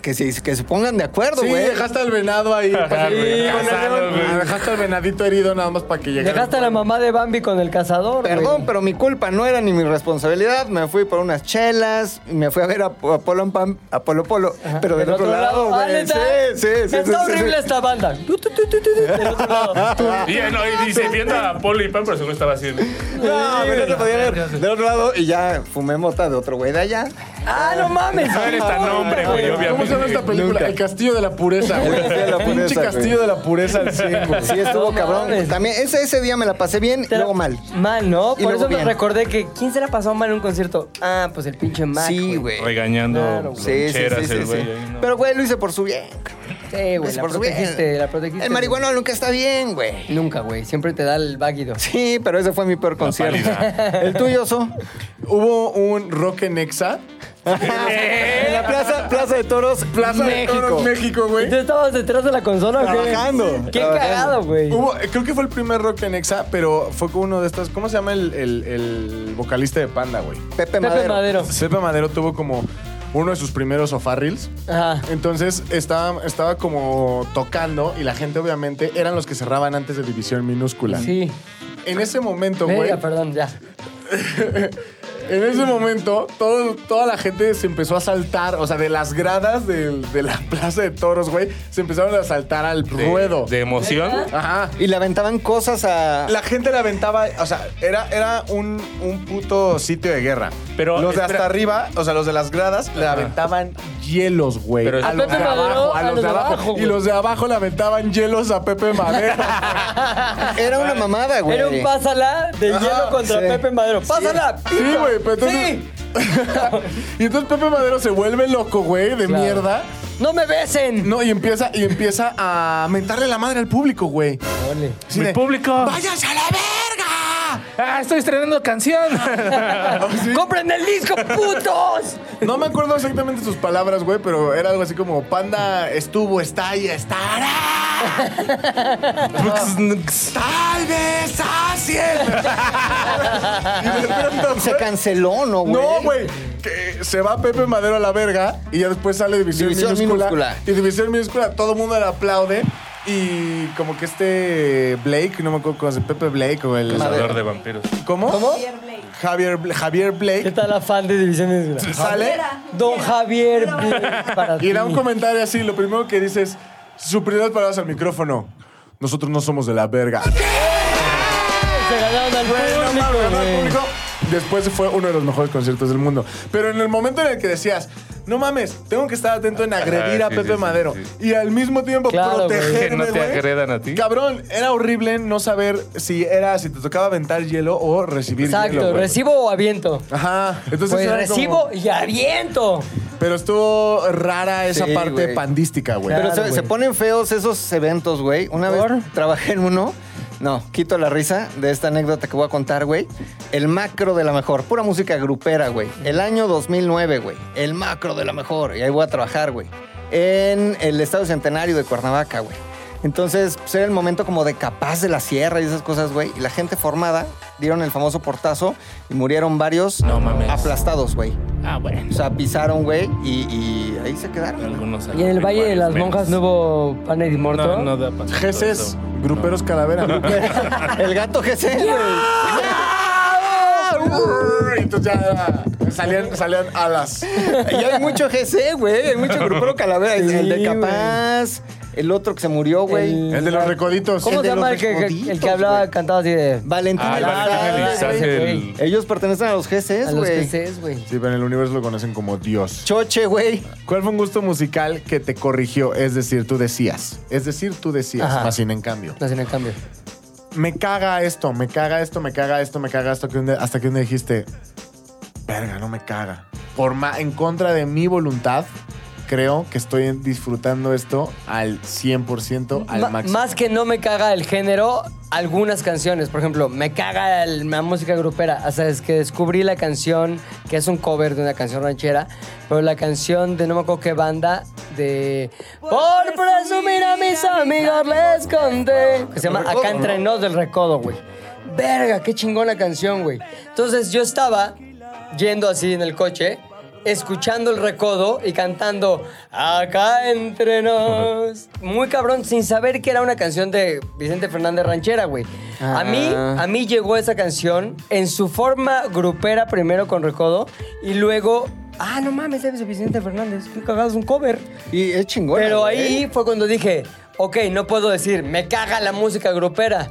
Speaker 3: Que se, que se pongan de acuerdo,
Speaker 5: Sí,
Speaker 3: güey.
Speaker 5: dejaste al venado ahí. pues,
Speaker 4: Ajá, güey,
Speaker 5: con el
Speaker 4: casado,
Speaker 5: león.
Speaker 4: güey.
Speaker 5: Ah, dejaste al venadito herido nada más para que llegara.
Speaker 2: Dejaste a la mamá de Bambi con el cazador.
Speaker 3: Perdón,
Speaker 2: güey.
Speaker 3: pero mi culpa no era ni mi responsabilidad. Me fui por unas chelas, me fui a ver a, a Polo, en Pam- a Polo Polo, pero del otro, lado,
Speaker 2: ah,
Speaker 3: güey.
Speaker 2: ¿neta?
Speaker 3: Sí, sí, sí. sí,
Speaker 2: Está
Speaker 3: sí,
Speaker 2: horrible
Speaker 3: sí.
Speaker 2: esta banda. Del otro lado.
Speaker 4: Y, eh, no,
Speaker 3: "Ah,
Speaker 4: y dice, viendo a polo y pan, pero seguro estaba haciendo.
Speaker 3: No, pero no te podía ver. Del otro lado y ya fumé mota de otro güey de allá.
Speaker 2: Ah, no mames.
Speaker 4: No eres tan hombre, güey,
Speaker 5: ¿Cómo se llama
Speaker 4: obviamente.
Speaker 5: esta película?
Speaker 3: Nunca.
Speaker 5: El Castillo de la Pureza,
Speaker 3: El
Speaker 5: güey.
Speaker 3: Castillo de la Pureza,
Speaker 5: Pinche
Speaker 3: güey.
Speaker 5: Castillo de la Pureza al 100, güey.
Speaker 3: Sí, estuvo
Speaker 2: No
Speaker 3: cabrón.
Speaker 2: mames.
Speaker 3: También ese, ese día me la pasé bien y
Speaker 2: Te la-
Speaker 3: luego mal.
Speaker 2: Mal, ¿no?
Speaker 3: Y
Speaker 2: Por
Speaker 3: luego
Speaker 2: eso me
Speaker 3: bien.
Speaker 2: recordé que ¿quién se la pasó mal en un concierto? Ah, pues el pinche Mac.
Speaker 3: Sí, güey.
Speaker 4: Regañando
Speaker 3: Sí, sí,
Speaker 4: loncheras
Speaker 3: sí, sí,
Speaker 4: el güey.
Speaker 3: sí.
Speaker 4: ahí, ¿no?
Speaker 3: Pero, güey, lo hice por su bien.
Speaker 2: Sí, güey.
Speaker 3: Lo
Speaker 5: Pues
Speaker 3: hice
Speaker 2: La
Speaker 3: por su bien.
Speaker 2: protegiste, la protegiste.
Speaker 3: El marihuano nunca está bien, güey.
Speaker 2: Nunca, güey. Siempre te da el váguido.
Speaker 3: Sí, pero ese fue mi peor concierto.
Speaker 4: pálida.
Speaker 3: El tuyo, So.
Speaker 5: Hubo un rock en Exa.
Speaker 3: En la plaza, plaza de toros,
Speaker 5: Plaza
Speaker 3: Eh, México.
Speaker 5: de Toros, México, güey.
Speaker 2: ¿Tú estabas detrás de la consola o qué?
Speaker 3: Trabajando,
Speaker 2: Qué
Speaker 3: trabajando.
Speaker 2: cagado, güey.
Speaker 5: Hubo- eh, creo que fue el primer rock en Exa, pero fue con uno de estos. ¿Cómo se llama el, el- el vocalista de Panda, güey?
Speaker 3: Pepe
Speaker 2: Pepe
Speaker 3: Madero.
Speaker 2: Madero.
Speaker 5: Pepe Madero tuvo como uno de sus primeros sofá reels.
Speaker 2: Ajá.
Speaker 5: Entonces estaba, estaba como tocando y la gente obviamente eran los que cerraban antes de División Minúscula.
Speaker 2: Sí.
Speaker 5: En ese momento, güey,
Speaker 2: Media, perdón, ya.
Speaker 5: en ese momento todo- toda la gente se empezó a saltar, o sea, de las gradas del- de la Plaza de Toros, güey, se empezaron a saltar al
Speaker 4: De-
Speaker 5: ruedo.
Speaker 4: De emoción.
Speaker 5: Ajá.
Speaker 3: Y le aventaban cosas a.
Speaker 5: La gente le aventaba, o sea, era, era un, un puto sitio de guerra.
Speaker 4: Pero,
Speaker 5: los de
Speaker 4: espera.
Speaker 5: hasta arriba, o sea, los de las gradas, le aventaban hielos, güey.
Speaker 4: Pero-
Speaker 5: a,
Speaker 4: A
Speaker 5: los
Speaker 2: Pepe
Speaker 5: de
Speaker 2: Madero,
Speaker 5: abajo, a los de abajo.
Speaker 2: güey.
Speaker 5: Y los de abajo le aventaban hielos a Pepe Madero.
Speaker 3: Era
Speaker 5: Ah,
Speaker 3: una mamada, güey.
Speaker 2: Era un pásala de
Speaker 5: Ajá,
Speaker 2: hielo contra
Speaker 3: sí.
Speaker 2: Pepe Madero. ¡Pásala!
Speaker 5: sí,
Speaker 2: pito!
Speaker 5: güey, pero entonces...
Speaker 2: ¡Sí!
Speaker 5: y entonces Pepe Madero se vuelve loco, güey, de
Speaker 2: Claro.
Speaker 5: mierda.
Speaker 2: ¡No me besen!
Speaker 5: No, y empieza, y empieza a mentarle la madre al público, güey.
Speaker 2: Ole.
Speaker 5: Así
Speaker 4: Mi
Speaker 5: de,
Speaker 4: público.
Speaker 5: ¡Váyanse a la verga!
Speaker 4: Ah, estoy estrenando canción.
Speaker 3: Ah,
Speaker 2: ¡Compren el disco, putos!
Speaker 5: No me acuerdo exactamente sus palabras, güey, pero era algo así como panda estuvo, está y estará. Pues, Tal vez así.
Speaker 3: Se canceló, ¿no, güey?
Speaker 5: No, güey. que Se va Pepe Madero a la verga y ya después sale División,
Speaker 3: División
Speaker 5: minúscula,
Speaker 3: Minúscula.
Speaker 5: Y División Minúscula, todo el mundo le aplaude. Y como que este Blake, no me acuerdo cómo se Pepe Blake o el.
Speaker 4: Cazador de vampiros.
Speaker 5: ¿Cómo?
Speaker 8: Javier Blake.
Speaker 5: Javier, Bla- Javier
Speaker 2: ¿Qué
Speaker 5: Blake
Speaker 2: tal la fan de Divisiones?
Speaker 5: sale
Speaker 2: Don Javier Blake para ti.
Speaker 5: y da un comentario así. Lo primero que dice es: Superioridad palabras al micrófono. Nosotros no somos de la verga.
Speaker 2: Se ganaron al
Speaker 5: Güey, no mames,
Speaker 2: público,
Speaker 5: ¿no? El
Speaker 2: güey.
Speaker 5: público, Después fue uno de los mejores conciertos del mundo. Pero en el momento en el que decías, no mames, tengo que estar atento en agredir
Speaker 2: Ah,
Speaker 4: Ajá,
Speaker 5: a
Speaker 4: sí,
Speaker 5: Pepe
Speaker 4: sí,
Speaker 5: Madero
Speaker 4: sí, sí.
Speaker 5: y al mismo tiempo
Speaker 2: Claro, güey.
Speaker 5: protegerme,
Speaker 4: Que no te
Speaker 5: güey.
Speaker 4: agredan a ti.
Speaker 5: Cabrón, era horrible no saber si era si te tocaba aventar hielo o recibir hielo.
Speaker 2: Exacto,
Speaker 5: güey.
Speaker 2: ¿recibo o aviento?
Speaker 5: Ajá, entonces
Speaker 2: Pues
Speaker 5: era como-
Speaker 2: recibo y aviento.
Speaker 5: pero estuvo rara esa
Speaker 3: Sí,
Speaker 5: parte
Speaker 3: güey.
Speaker 5: pandística, güey.
Speaker 3: Pero
Speaker 2: Claro,
Speaker 3: se,
Speaker 2: güey.
Speaker 3: se ponen feos esos eventos, güey. Una
Speaker 2: ¿Por?
Speaker 3: vez trabajé en uno. No, quito la risa de esta anécdota que voy a contar, güey. El macro de la mejor. Pura música grupera, güey. El año 2009, güey. El macro de la mejor. Y ahí voy a trabajar, güey. En el Estado Centenario de Cuernavaca, güey. Entonces, pues era el momento como de capaz de la sierra y esas cosas, güey. Y la gente formada dieron el famoso portazo y murieron varios
Speaker 4: No mames.
Speaker 3: aplastados, güey.
Speaker 4: Ah, bueno.
Speaker 3: O sea, pisaron, güey, y, y ahí se quedaron.
Speaker 4: Algunos
Speaker 2: ¿Y en el Valle de las Monjas no hubo pan y morto?
Speaker 4: No, no da para
Speaker 5: Geses, gruperos calavera.
Speaker 3: El gato GC, güey.
Speaker 5: Y entonces ya salían, salían alas.
Speaker 3: Y hay mucho GC, güey. Hay mucho grupero calavera.
Speaker 2: Sí,
Speaker 3: el de
Speaker 2: güey.
Speaker 3: Capaz, el otro que se murió, güey.
Speaker 5: El de los recoditos.
Speaker 2: ¿Cómo
Speaker 3: El
Speaker 2: se
Speaker 3: de
Speaker 2: llama el
Speaker 3: los
Speaker 2: que,
Speaker 3: recoditos,
Speaker 2: el que hablaba,
Speaker 3: güey.
Speaker 2: cantaba así de...
Speaker 3: Valentín
Speaker 4: Ah,
Speaker 2: la-
Speaker 3: Elizalde,
Speaker 4: Valentín
Speaker 2: la-
Speaker 3: güey.
Speaker 4: Elizalde,
Speaker 2: güey.
Speaker 4: el-
Speaker 3: Ellos pertenecen a los
Speaker 2: A
Speaker 3: GCs,
Speaker 2: los
Speaker 3: güey.
Speaker 2: GCs, güey.
Speaker 5: Sí, pero en el universo lo conocen como Dios.
Speaker 3: Choche, güey.
Speaker 5: ¿Cuál fue un gusto musical que te corrigió? Es decir, tú decías. Es decir, tú decías,
Speaker 2: Ajá.
Speaker 5: más sin en cambio.
Speaker 2: No, sin en cambio.
Speaker 5: Me caga esto, me caga esto, me caga esto, me caga esto. que un día- hasta que un día dijiste, verga, no me caga. Por ma- en contra de mi voluntad, creo que estoy disfrutando esto al 100%, al
Speaker 2: Ma-
Speaker 5: máximo.
Speaker 2: más que no me caga el género, algunas canciones. Por ejemplo, me caga el- la música grupera. O sea, es que descubrí la canción, que es un cover de una canción ranchera, pero la canción de no me acuerdo qué banda, de... Por, presumir a mis amigos les conté. Que se llama Acá entre nos del recodo, güey. Verga, qué chingona canción, güey. Entonces yo estaba yendo así en el coche, escuchando el recodo y cantando Acá entre nos. Muy cabrón, sin saber que era una canción de Vicente Fernández Ranchera, güey. A mí, a mí llegó esa canción en su forma grupera, primero con recodo y luego. Ah, no mames, es de Vicente Fernández. Qué cagado, es un cover.
Speaker 3: Y es chingón.
Speaker 2: Pero ahí fue cuando dije, ok, no puedo decir, me caga la música grupera.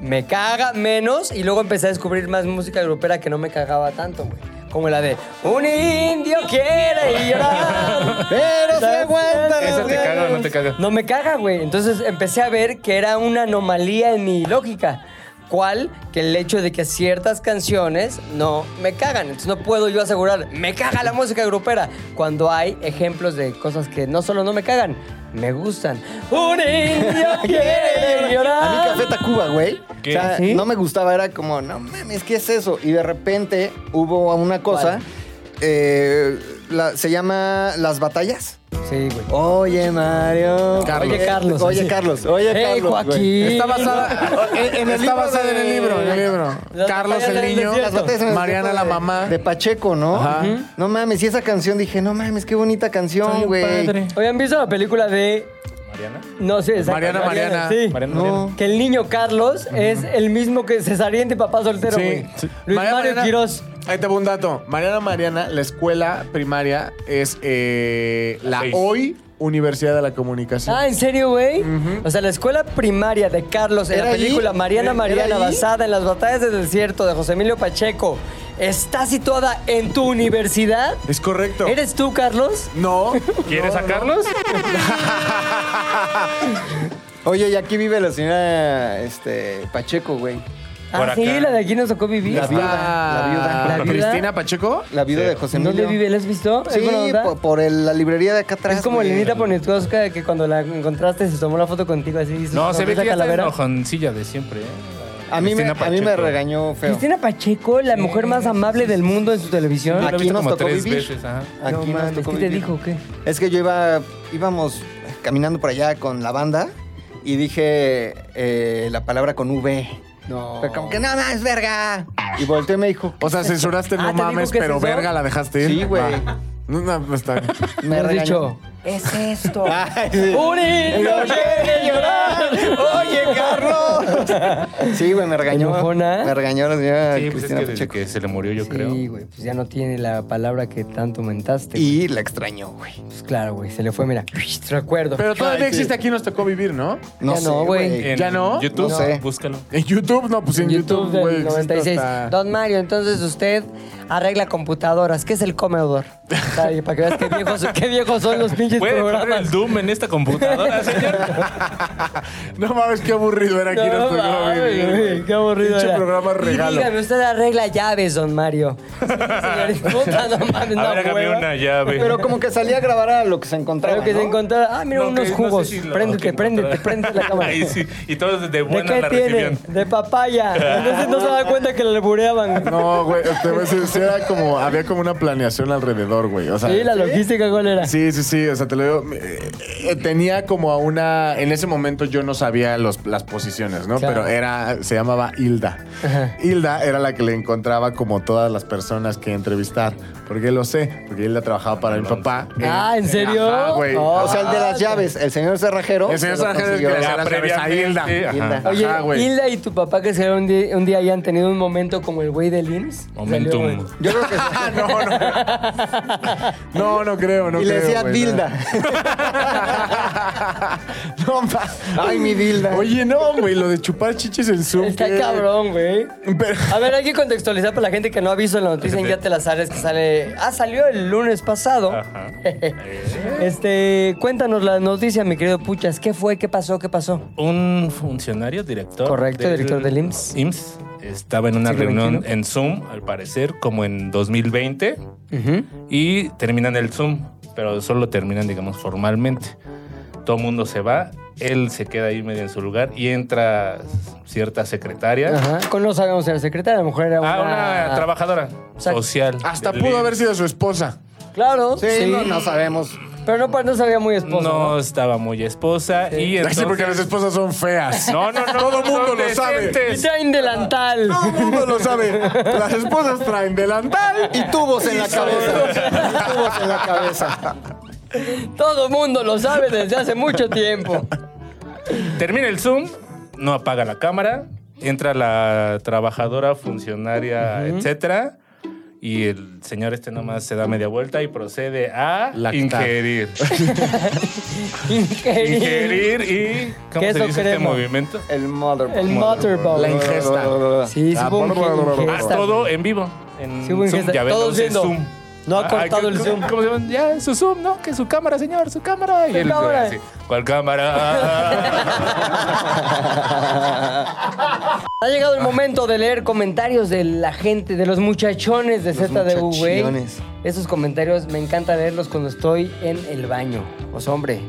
Speaker 2: Me caga menos y luego empecé a descubrir más música grupera que no me cagaba tanto, güey. Como la de Un indio quiere llorar.
Speaker 3: Pero se
Speaker 2: ¿Sabes?
Speaker 3: aguanta las
Speaker 4: ¿Esa te caga o no te caga?
Speaker 2: No me caga, güey. Entonces empecé a ver que era una anomalía en mi lógica. ¿Cuál? Que el hecho de que ciertas canciones no me cagan. Entonces no puedo yo asegurar, me caga la música grupera. Cuando hay ejemplos de cosas que no solo no me cagan, me gustan. Un indio quiere llorar.
Speaker 3: A mí Café Tacuba, güey. O
Speaker 4: ¿Qué?
Speaker 3: sea,
Speaker 2: ¿Sí?
Speaker 3: no me gustaba, era como, no mames, ¿qué es eso? Y de repente hubo una cosa,
Speaker 2: ¿Cuál?
Speaker 3: eh, la- se llama Las Batallas.
Speaker 2: Sí, güey.
Speaker 3: Oye, Mario.
Speaker 2: Carlos. Oye, Carlos,
Speaker 3: Oye,
Speaker 2: así.
Speaker 3: Carlos. Oye,
Speaker 2: Ey,
Speaker 3: Carlos. güey.
Speaker 2: Joaquín.
Speaker 5: Está basada,
Speaker 3: En- en el
Speaker 5: está
Speaker 3: libro
Speaker 5: basada en el
Speaker 3: de-
Speaker 5: libro, en el libro.
Speaker 2: Las
Speaker 5: Carlos
Speaker 2: batallas en
Speaker 5: el
Speaker 2: el
Speaker 5: niño,
Speaker 3: Las batallas en el
Speaker 5: Mariana
Speaker 3: desierto
Speaker 5: la
Speaker 3: de-
Speaker 5: mamá.
Speaker 3: De Pacheco, ¿no?
Speaker 5: Ajá.
Speaker 3: No mames, y esa canción dije, no mames, qué bonita canción, güey.
Speaker 2: Oye, ¿han visto la película de...
Speaker 4: ¿Mariana?
Speaker 2: No sé, exacto,
Speaker 5: Mariana, Mariana.
Speaker 2: Sí.
Speaker 4: ¿Mariana?
Speaker 3: No.
Speaker 4: Mariana.
Speaker 2: Que el niño Carlos es el mismo que Cesariente Papá Soltero, güey. Luis
Speaker 5: Mariana,
Speaker 2: Mario
Speaker 5: Mariana,
Speaker 2: Quirós.
Speaker 5: Ahí te va un dato. Mariana Mariana, la escuela primaria es eh, la
Speaker 4: Seis.
Speaker 5: hoy Universidad de la Comunicación.
Speaker 2: Ah, ¿en serio, güey? O sea, la escuela primaria de Carlos en
Speaker 3: ¿Era
Speaker 2: la película
Speaker 3: ahí?
Speaker 2: Mariana
Speaker 3: ¿Era
Speaker 2: Mariana,
Speaker 3: ahí?
Speaker 2: basada en las batallas del desierto de José Emilio Pacheco, está situada en tu universidad.
Speaker 5: Es correcto.
Speaker 2: ¿Eres tú, Carlos?
Speaker 5: No.
Speaker 4: ¿Quieres a Carlos?
Speaker 3: Oye, y aquí vive la señora este, Pacheco, güey.
Speaker 4: Por
Speaker 2: Ah, sí,
Speaker 4: acá.
Speaker 2: la de aquí nos tocó vivir.
Speaker 3: La viuda, la viuda.
Speaker 2: La viuda.
Speaker 5: Cristina Pacheco.
Speaker 3: La viuda de José
Speaker 2: ¿En dónde
Speaker 3: Emilio.
Speaker 2: vive? ¿La has visto? ¿Es
Speaker 3: Sí,
Speaker 2: buena onda?
Speaker 3: por, por el- la librería de acá atrás.
Speaker 2: Es como
Speaker 3: güey.
Speaker 2: Lenita Poniatowska que cuando la encontraste se tomó la foto contigo así. hizo
Speaker 4: No,
Speaker 2: su
Speaker 4: se ve
Speaker 2: sonrisa
Speaker 4: que ya está
Speaker 2: calavera.
Speaker 4: enojoncilla de siempre. ¿eh?
Speaker 3: A mí, me,
Speaker 4: Cristina
Speaker 3: a mí me
Speaker 4: Pacheco.
Speaker 3: regañó feo.
Speaker 2: Cristina Pacheco, la mujer más amable del mundo en su
Speaker 4: Yo
Speaker 2: televisión.
Speaker 4: la he
Speaker 3: Aquí
Speaker 4: visto
Speaker 3: nos
Speaker 4: como
Speaker 3: tocó
Speaker 4: tres
Speaker 3: vivir.
Speaker 4: veces. ajá.
Speaker 3: Aquí
Speaker 2: no
Speaker 3: nos
Speaker 2: mames,
Speaker 3: tocó
Speaker 2: ¿qué te
Speaker 3: vivir.
Speaker 2: dijo? o ¿Qué?
Speaker 3: Es que yo iba, íbamos caminando por allá con la banda y dije eh, la palabra con V.
Speaker 2: No.
Speaker 3: Fue como que no más, verga. Y volteó y me dijo,
Speaker 5: O sea, censuraste
Speaker 2: Ah,
Speaker 5: no
Speaker 2: ¿te digo
Speaker 5: mames,
Speaker 2: que
Speaker 5: pero
Speaker 2: censuró?
Speaker 5: verga la dejaste ir.
Speaker 3: Sí, güey.
Speaker 5: Va. No, no, no está bien.
Speaker 3: me
Speaker 2: Hemos
Speaker 3: regañó.
Speaker 2: dicho,
Speaker 9: Es esto.
Speaker 3: Ay, sí.
Speaker 2: ¡Un indio quiere llorar!
Speaker 3: ¡Oye, Carlos! Sí, güey, me regañó.
Speaker 2: ¿Enojona?
Speaker 3: Me regañó la señora
Speaker 4: Sí, pues es
Speaker 3: Cristina
Speaker 4: que, desde
Speaker 3: Pacheco.
Speaker 4: que se le murió, yo creo.
Speaker 2: Sí, güey, pues ya no tiene la palabra que tanto mentaste. Y
Speaker 3: Y la extrañó, güey.
Speaker 2: pues claro, güey, se le fue, mira, recuerdo.
Speaker 5: Pero todavía
Speaker 3: Ay, sí.
Speaker 5: existe aquí nos tocó vivir, ¿no?
Speaker 3: No
Speaker 2: Ya
Speaker 3: sé,
Speaker 2: no, güey.
Speaker 3: güey.
Speaker 4: En
Speaker 5: ¿Ya no?
Speaker 4: YouTube,
Speaker 3: No sé.
Speaker 4: búscalo.
Speaker 2: Este
Speaker 5: En YouTube, no, pues en YouTube,
Speaker 2: del
Speaker 5: güey. existe
Speaker 2: 96.
Speaker 5: hasta-
Speaker 2: Don Mario, entonces usted arregla computadoras. ¿Qué es el comedor? Ay, Para que veas qué viejos, qué viejos son los pinches
Speaker 4: ¿Puede correr
Speaker 2: programas.
Speaker 4: el Doom en esta computadora, señor?
Speaker 5: No mames, qué aburrido era aquí nos tocó
Speaker 2: mames,
Speaker 5: vivir,
Speaker 2: güey,
Speaker 5: güey.
Speaker 2: Qué aburrido.
Speaker 5: Pinche
Speaker 2: era.
Speaker 5: programa
Speaker 2: Y
Speaker 5: regalo.
Speaker 2: Dígame, usted arregla llaves, don Mario. Sí, señorita, puta, no mames,
Speaker 4: A
Speaker 2: una
Speaker 4: ver, hágame
Speaker 2: hueva.
Speaker 4: una llave.
Speaker 3: Pero como que salía a grabar a lo que se encontraba.
Speaker 2: Creo que se
Speaker 3: ¿no?
Speaker 2: encontraba. Ah, mira,
Speaker 4: No,
Speaker 2: unos
Speaker 4: que no sé
Speaker 2: jugos.
Speaker 4: si lo-
Speaker 2: préndete,
Speaker 4: que
Speaker 2: préndete,
Speaker 4: encontrar.
Speaker 2: préndete la cámara.
Speaker 4: Ahí sí. Y todos de
Speaker 2: ¿De
Speaker 4: buena
Speaker 2: qué
Speaker 4: la
Speaker 2: tiene?
Speaker 4: recibían.
Speaker 2: De papaya. Entonces no se da cuenta que le albureaban.
Speaker 5: No, güey, te voy a decir, sí era como, había como una planeación alrededor, güey. O sea,
Speaker 2: Sí, la logística, ¿cuál era?
Speaker 5: Sí, sí, sí, o sea, te lo digo. eh, eh, Tenía como a una. En ese momento yo no sabía los- las posiciones, ¿no? pero era, se llamaba Hilda. Hilda era la que le encontraba como todas las personas que entrevistar. ¿Por qué lo sé? Porque Hilda trabajaba para mi papá.
Speaker 2: Ah, ¿en serio?
Speaker 5: Ajá, güey.
Speaker 2: No.
Speaker 3: O sea, el de
Speaker 2: Ah,
Speaker 3: las llaves, el señor cerrajero.
Speaker 5: El señor
Speaker 3: se lo
Speaker 5: Sargento es el que
Speaker 3: consiguió.
Speaker 5: le hacía las llaves a Hilda.
Speaker 4: previamente,
Speaker 3: Hilda.
Speaker 5: Ajá,
Speaker 2: Oye,
Speaker 5: güey.
Speaker 2: Hilda y tu papá que se un día, un día hayan tenido un momento como el güey de Lins.
Speaker 4: Momentum.
Speaker 3: Yo creo que
Speaker 5: Ah, no, no. No, no creo, no
Speaker 3: y
Speaker 5: creo.
Speaker 3: le decía
Speaker 5: güey,
Speaker 3: Dilda.
Speaker 5: no. No, ma-
Speaker 3: Ay, mi Dilda.
Speaker 5: Oye, no, güey, lo de chupar chiches en Zoom.
Speaker 2: Está
Speaker 5: qué-
Speaker 2: cabrón, güey.
Speaker 5: Pero-
Speaker 2: A ver, hay que contextualizar para la gente que no ha visto la noticia en Ya te la sabes que sale. Ah, salió el lunes pasado.
Speaker 4: Ajá.
Speaker 2: Eh. Este, cuéntanos la noticia, mi querido Puchas. ¿Qué fue? ¿Qué pasó? ¿Qué pasó?
Speaker 4: un funcionario, director.
Speaker 2: Correcto, director del IMSS.
Speaker 4: IMSS estaba en una
Speaker 2: Siglo
Speaker 4: reunión
Speaker 2: XXI.
Speaker 4: en Zoom, al parecer, como en 2020,
Speaker 2: Ujú.
Speaker 4: y terminan el Zoom, pero solo terminan, digamos, formalmente. Todo el mundo se va, él se queda ahí medio en su lugar y entra cierta secretaria.
Speaker 2: Ajá. Con no sabemos si era secretaria, a lo mejor era una.
Speaker 4: Ah, una trabajadora
Speaker 2: sea,
Speaker 4: social.
Speaker 5: Hasta
Speaker 4: del
Speaker 5: pudo
Speaker 4: IMSS.
Speaker 5: haber sido su esposa.
Speaker 2: Claro.
Speaker 3: Sí, No, no sabemos.
Speaker 2: Pero no, pa- no sabía muy esposo.
Speaker 4: No estaba muy esposa y
Speaker 5: Ay, sí, porque las
Speaker 4: entonces...
Speaker 5: esposas son feas.
Speaker 4: No, no, no.
Speaker 5: Todo mundo
Speaker 4: son
Speaker 5: lo sabe.
Speaker 2: Y
Speaker 4: decentes.
Speaker 2: traen delantal.
Speaker 5: Todo el mundo lo sabe. Las esposas traen delantal.
Speaker 3: Y tubos en la cabeza. Y tubos en la cabeza.
Speaker 2: Todo mundo lo sabe desde hace mucho tiempo.
Speaker 4: Termina el Zoom, no apaga la cámara, entra la trabajadora, funcionaria, etcétera, y el señor este nomás se da media vuelta y procede a
Speaker 5: Lactar.
Speaker 4: ingerir. ingerir y ¿cómo se
Speaker 2: Queso
Speaker 4: dice este
Speaker 2: crema.
Speaker 4: movimiento?
Speaker 3: El mother.
Speaker 2: El motorboat.
Speaker 5: La ingesta.
Speaker 2: Sí, sí
Speaker 5: Ah,
Speaker 2: hubo inge-
Speaker 4: Ah,
Speaker 2: ingesta.
Speaker 4: todo en vivo. En
Speaker 2: Sí, hubo
Speaker 4: Zoom,
Speaker 2: ingesta.
Speaker 4: ya ven,
Speaker 2: Todos
Speaker 4: no sé,
Speaker 2: viendo.
Speaker 4: Zoom.
Speaker 2: No ha
Speaker 4: Ah,
Speaker 2: cortado el
Speaker 4: ¿cómo-
Speaker 2: Zoom.
Speaker 4: ¿Cómo se llama? Ya, su Zoom, ¿no? Que su cámara, señor, su cámara. Y
Speaker 2: Su
Speaker 4: él
Speaker 2: cámara.
Speaker 4: así, ¿cuál cámara?
Speaker 2: Ha llegado el
Speaker 4: Ah.
Speaker 2: momento de leer comentarios de la gente, de los muchachones de ZDU, güey.
Speaker 3: muchachones.
Speaker 2: Esos comentarios me encanta leerlos cuando estoy en el baño. Pues hombre,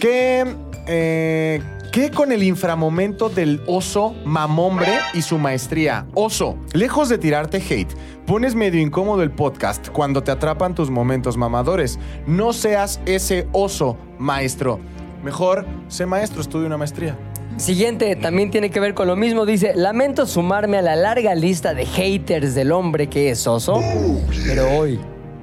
Speaker 5: ¿Qué, eh, ¿Qué con el inframomento del oso mamombre y su maestría? Oso, lejos de tirarte hate, pones medio incómodo el podcast cuando te atrapan tus momentos mamadores. No seas ese oso, maestro. Mejor, sé maestro, estudia una maestría.
Speaker 2: Siguiente, también tiene que ver con lo mismo. Dice, lamento sumarme a la larga lista de haters del hombre que es oso, pero hoy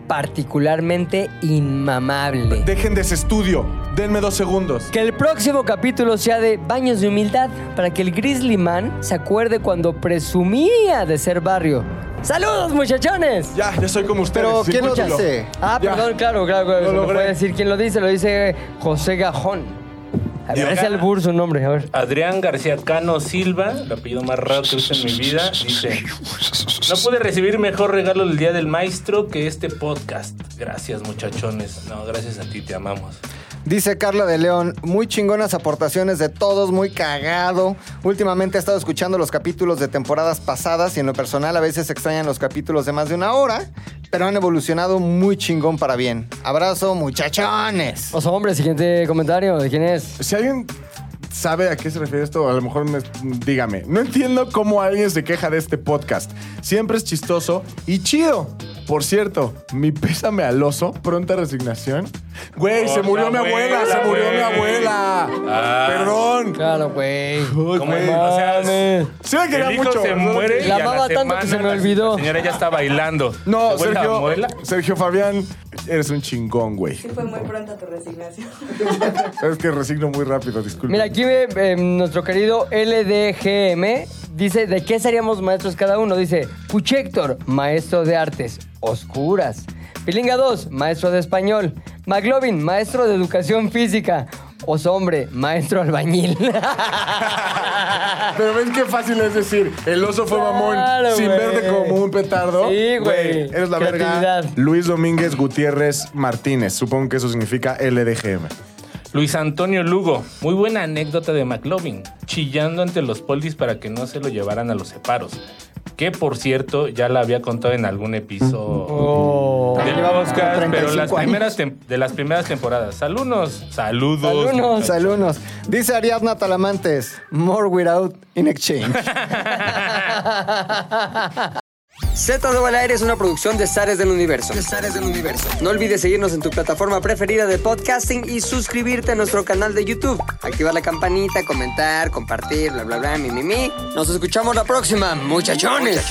Speaker 2: particularmente inmamable.
Speaker 5: Dejen de ese estudio, denme dos segundos.
Speaker 2: Que el próximo capítulo sea de baños de humildad, para que el Grizzly Man se acuerde cuando presumía de ser barrio. ¡Saludos, muchachones!
Speaker 5: Ya, ya soy como ustedes.
Speaker 3: Pero, ¿quién lo
Speaker 6: pues,
Speaker 5: circúnchelo.
Speaker 3: dice?
Speaker 2: Ah,
Speaker 5: Ya.
Speaker 2: perdón, claro, claro, claro.
Speaker 5: Lo
Speaker 2: se me
Speaker 5: logré.
Speaker 2: puede decir quién lo dice, lo dice José Gajón. A ver, Parece al burro su nombre, a ver.
Speaker 4: Adrián García Cano Silva, el apellido más raro que uso en mi vida, dice: No pude recibir mejor regalo del Día del Maestro que este podcast. Gracias, muchachones. No, gracias a ti, te amamos.
Speaker 3: Dice Carla de León, muy chingonas aportaciones de todos, muy cagado. Últimamente he estado escuchando los capítulos de temporadas pasadas y en lo personal a veces extrañan los capítulos de más de una hora, pero han evolucionado muy chingón para bien. Abrazo, muchachones.
Speaker 2: Oso, hombre, siguiente comentario, ¿de quién es?
Speaker 5: Si alguien sabe a qué se refiere esto, a lo mejor me- dígame. No entiendo cómo alguien se queja de este podcast. Siempre es chistoso y chido. Por cierto, mi pésame al oso, pronta resignación. Güey, se
Speaker 4: Hola,
Speaker 5: murió mi abuela,
Speaker 4: abuela,
Speaker 5: se murió mi
Speaker 4: güey.
Speaker 5: abuela.
Speaker 4: Ah.
Speaker 5: Perdón.
Speaker 2: Claro, güey.
Speaker 4: Como en- o sea,
Speaker 2: mames.
Speaker 5: Sí me quería
Speaker 4: el hijo
Speaker 5: mucho.
Speaker 4: se muere. y
Speaker 2: La
Speaker 4: a
Speaker 2: amaba tanto
Speaker 4: semana
Speaker 2: que se me
Speaker 4: la-
Speaker 2: olvidó.
Speaker 4: La señora ya está bailando.
Speaker 5: No,
Speaker 4: ¿Se vuelve
Speaker 5: Sergio,
Speaker 4: abuela?
Speaker 5: Sergio Fabián, eres un chingón, güey.
Speaker 8: Sí, fue muy pronta tu resignación.
Speaker 5: Es que resigno muy rápido, disculpe.
Speaker 2: Mira, aquí eh, eh, nuestro querido LDGM dice, ¿de qué seríamos maestros cada uno? Dice, Puchector, maestro de artes oscuras. Pilinga 2, maestro de español. McLovin, maestro de educación física. Osombre, maestro albañil.
Speaker 5: Pero ves qué fácil es decir, el oso fue mamón
Speaker 2: Claro,
Speaker 5: sin
Speaker 2: güey.
Speaker 5: verte como un petardo.
Speaker 2: Sí, güey.
Speaker 5: Eres la verga.
Speaker 2: Creatividad.
Speaker 5: Luis Domínguez Gutiérrez Martínez. Supongo que eso significa LDGM.
Speaker 4: Luis Antonio Lugo, muy buena anécdota de McLovin, chillando ante los polis para que no se lo llevaran a los separos. Que por cierto, ya la había contado en algún episodio. del
Speaker 3: Llevamos
Speaker 4: podcast,
Speaker 3: como
Speaker 4: pero las
Speaker 3: 35
Speaker 4: primeras tem- de las primeras temporadas. Saludos. Saludos.
Speaker 2: Saludos.
Speaker 3: Saludos. Dice Ariadna Talamantes, more without in exchange.
Speaker 2: Z de al aire es una producción de Zares del Universo. del Universo. No olvides seguirnos en tu plataforma preferida de podcasting y suscribirte a nuestro canal de YouTube. Activar la campanita, comentar, compartir, bla, bla, bla, mi, mi, mi. Nos escuchamos la próxima, muchachones.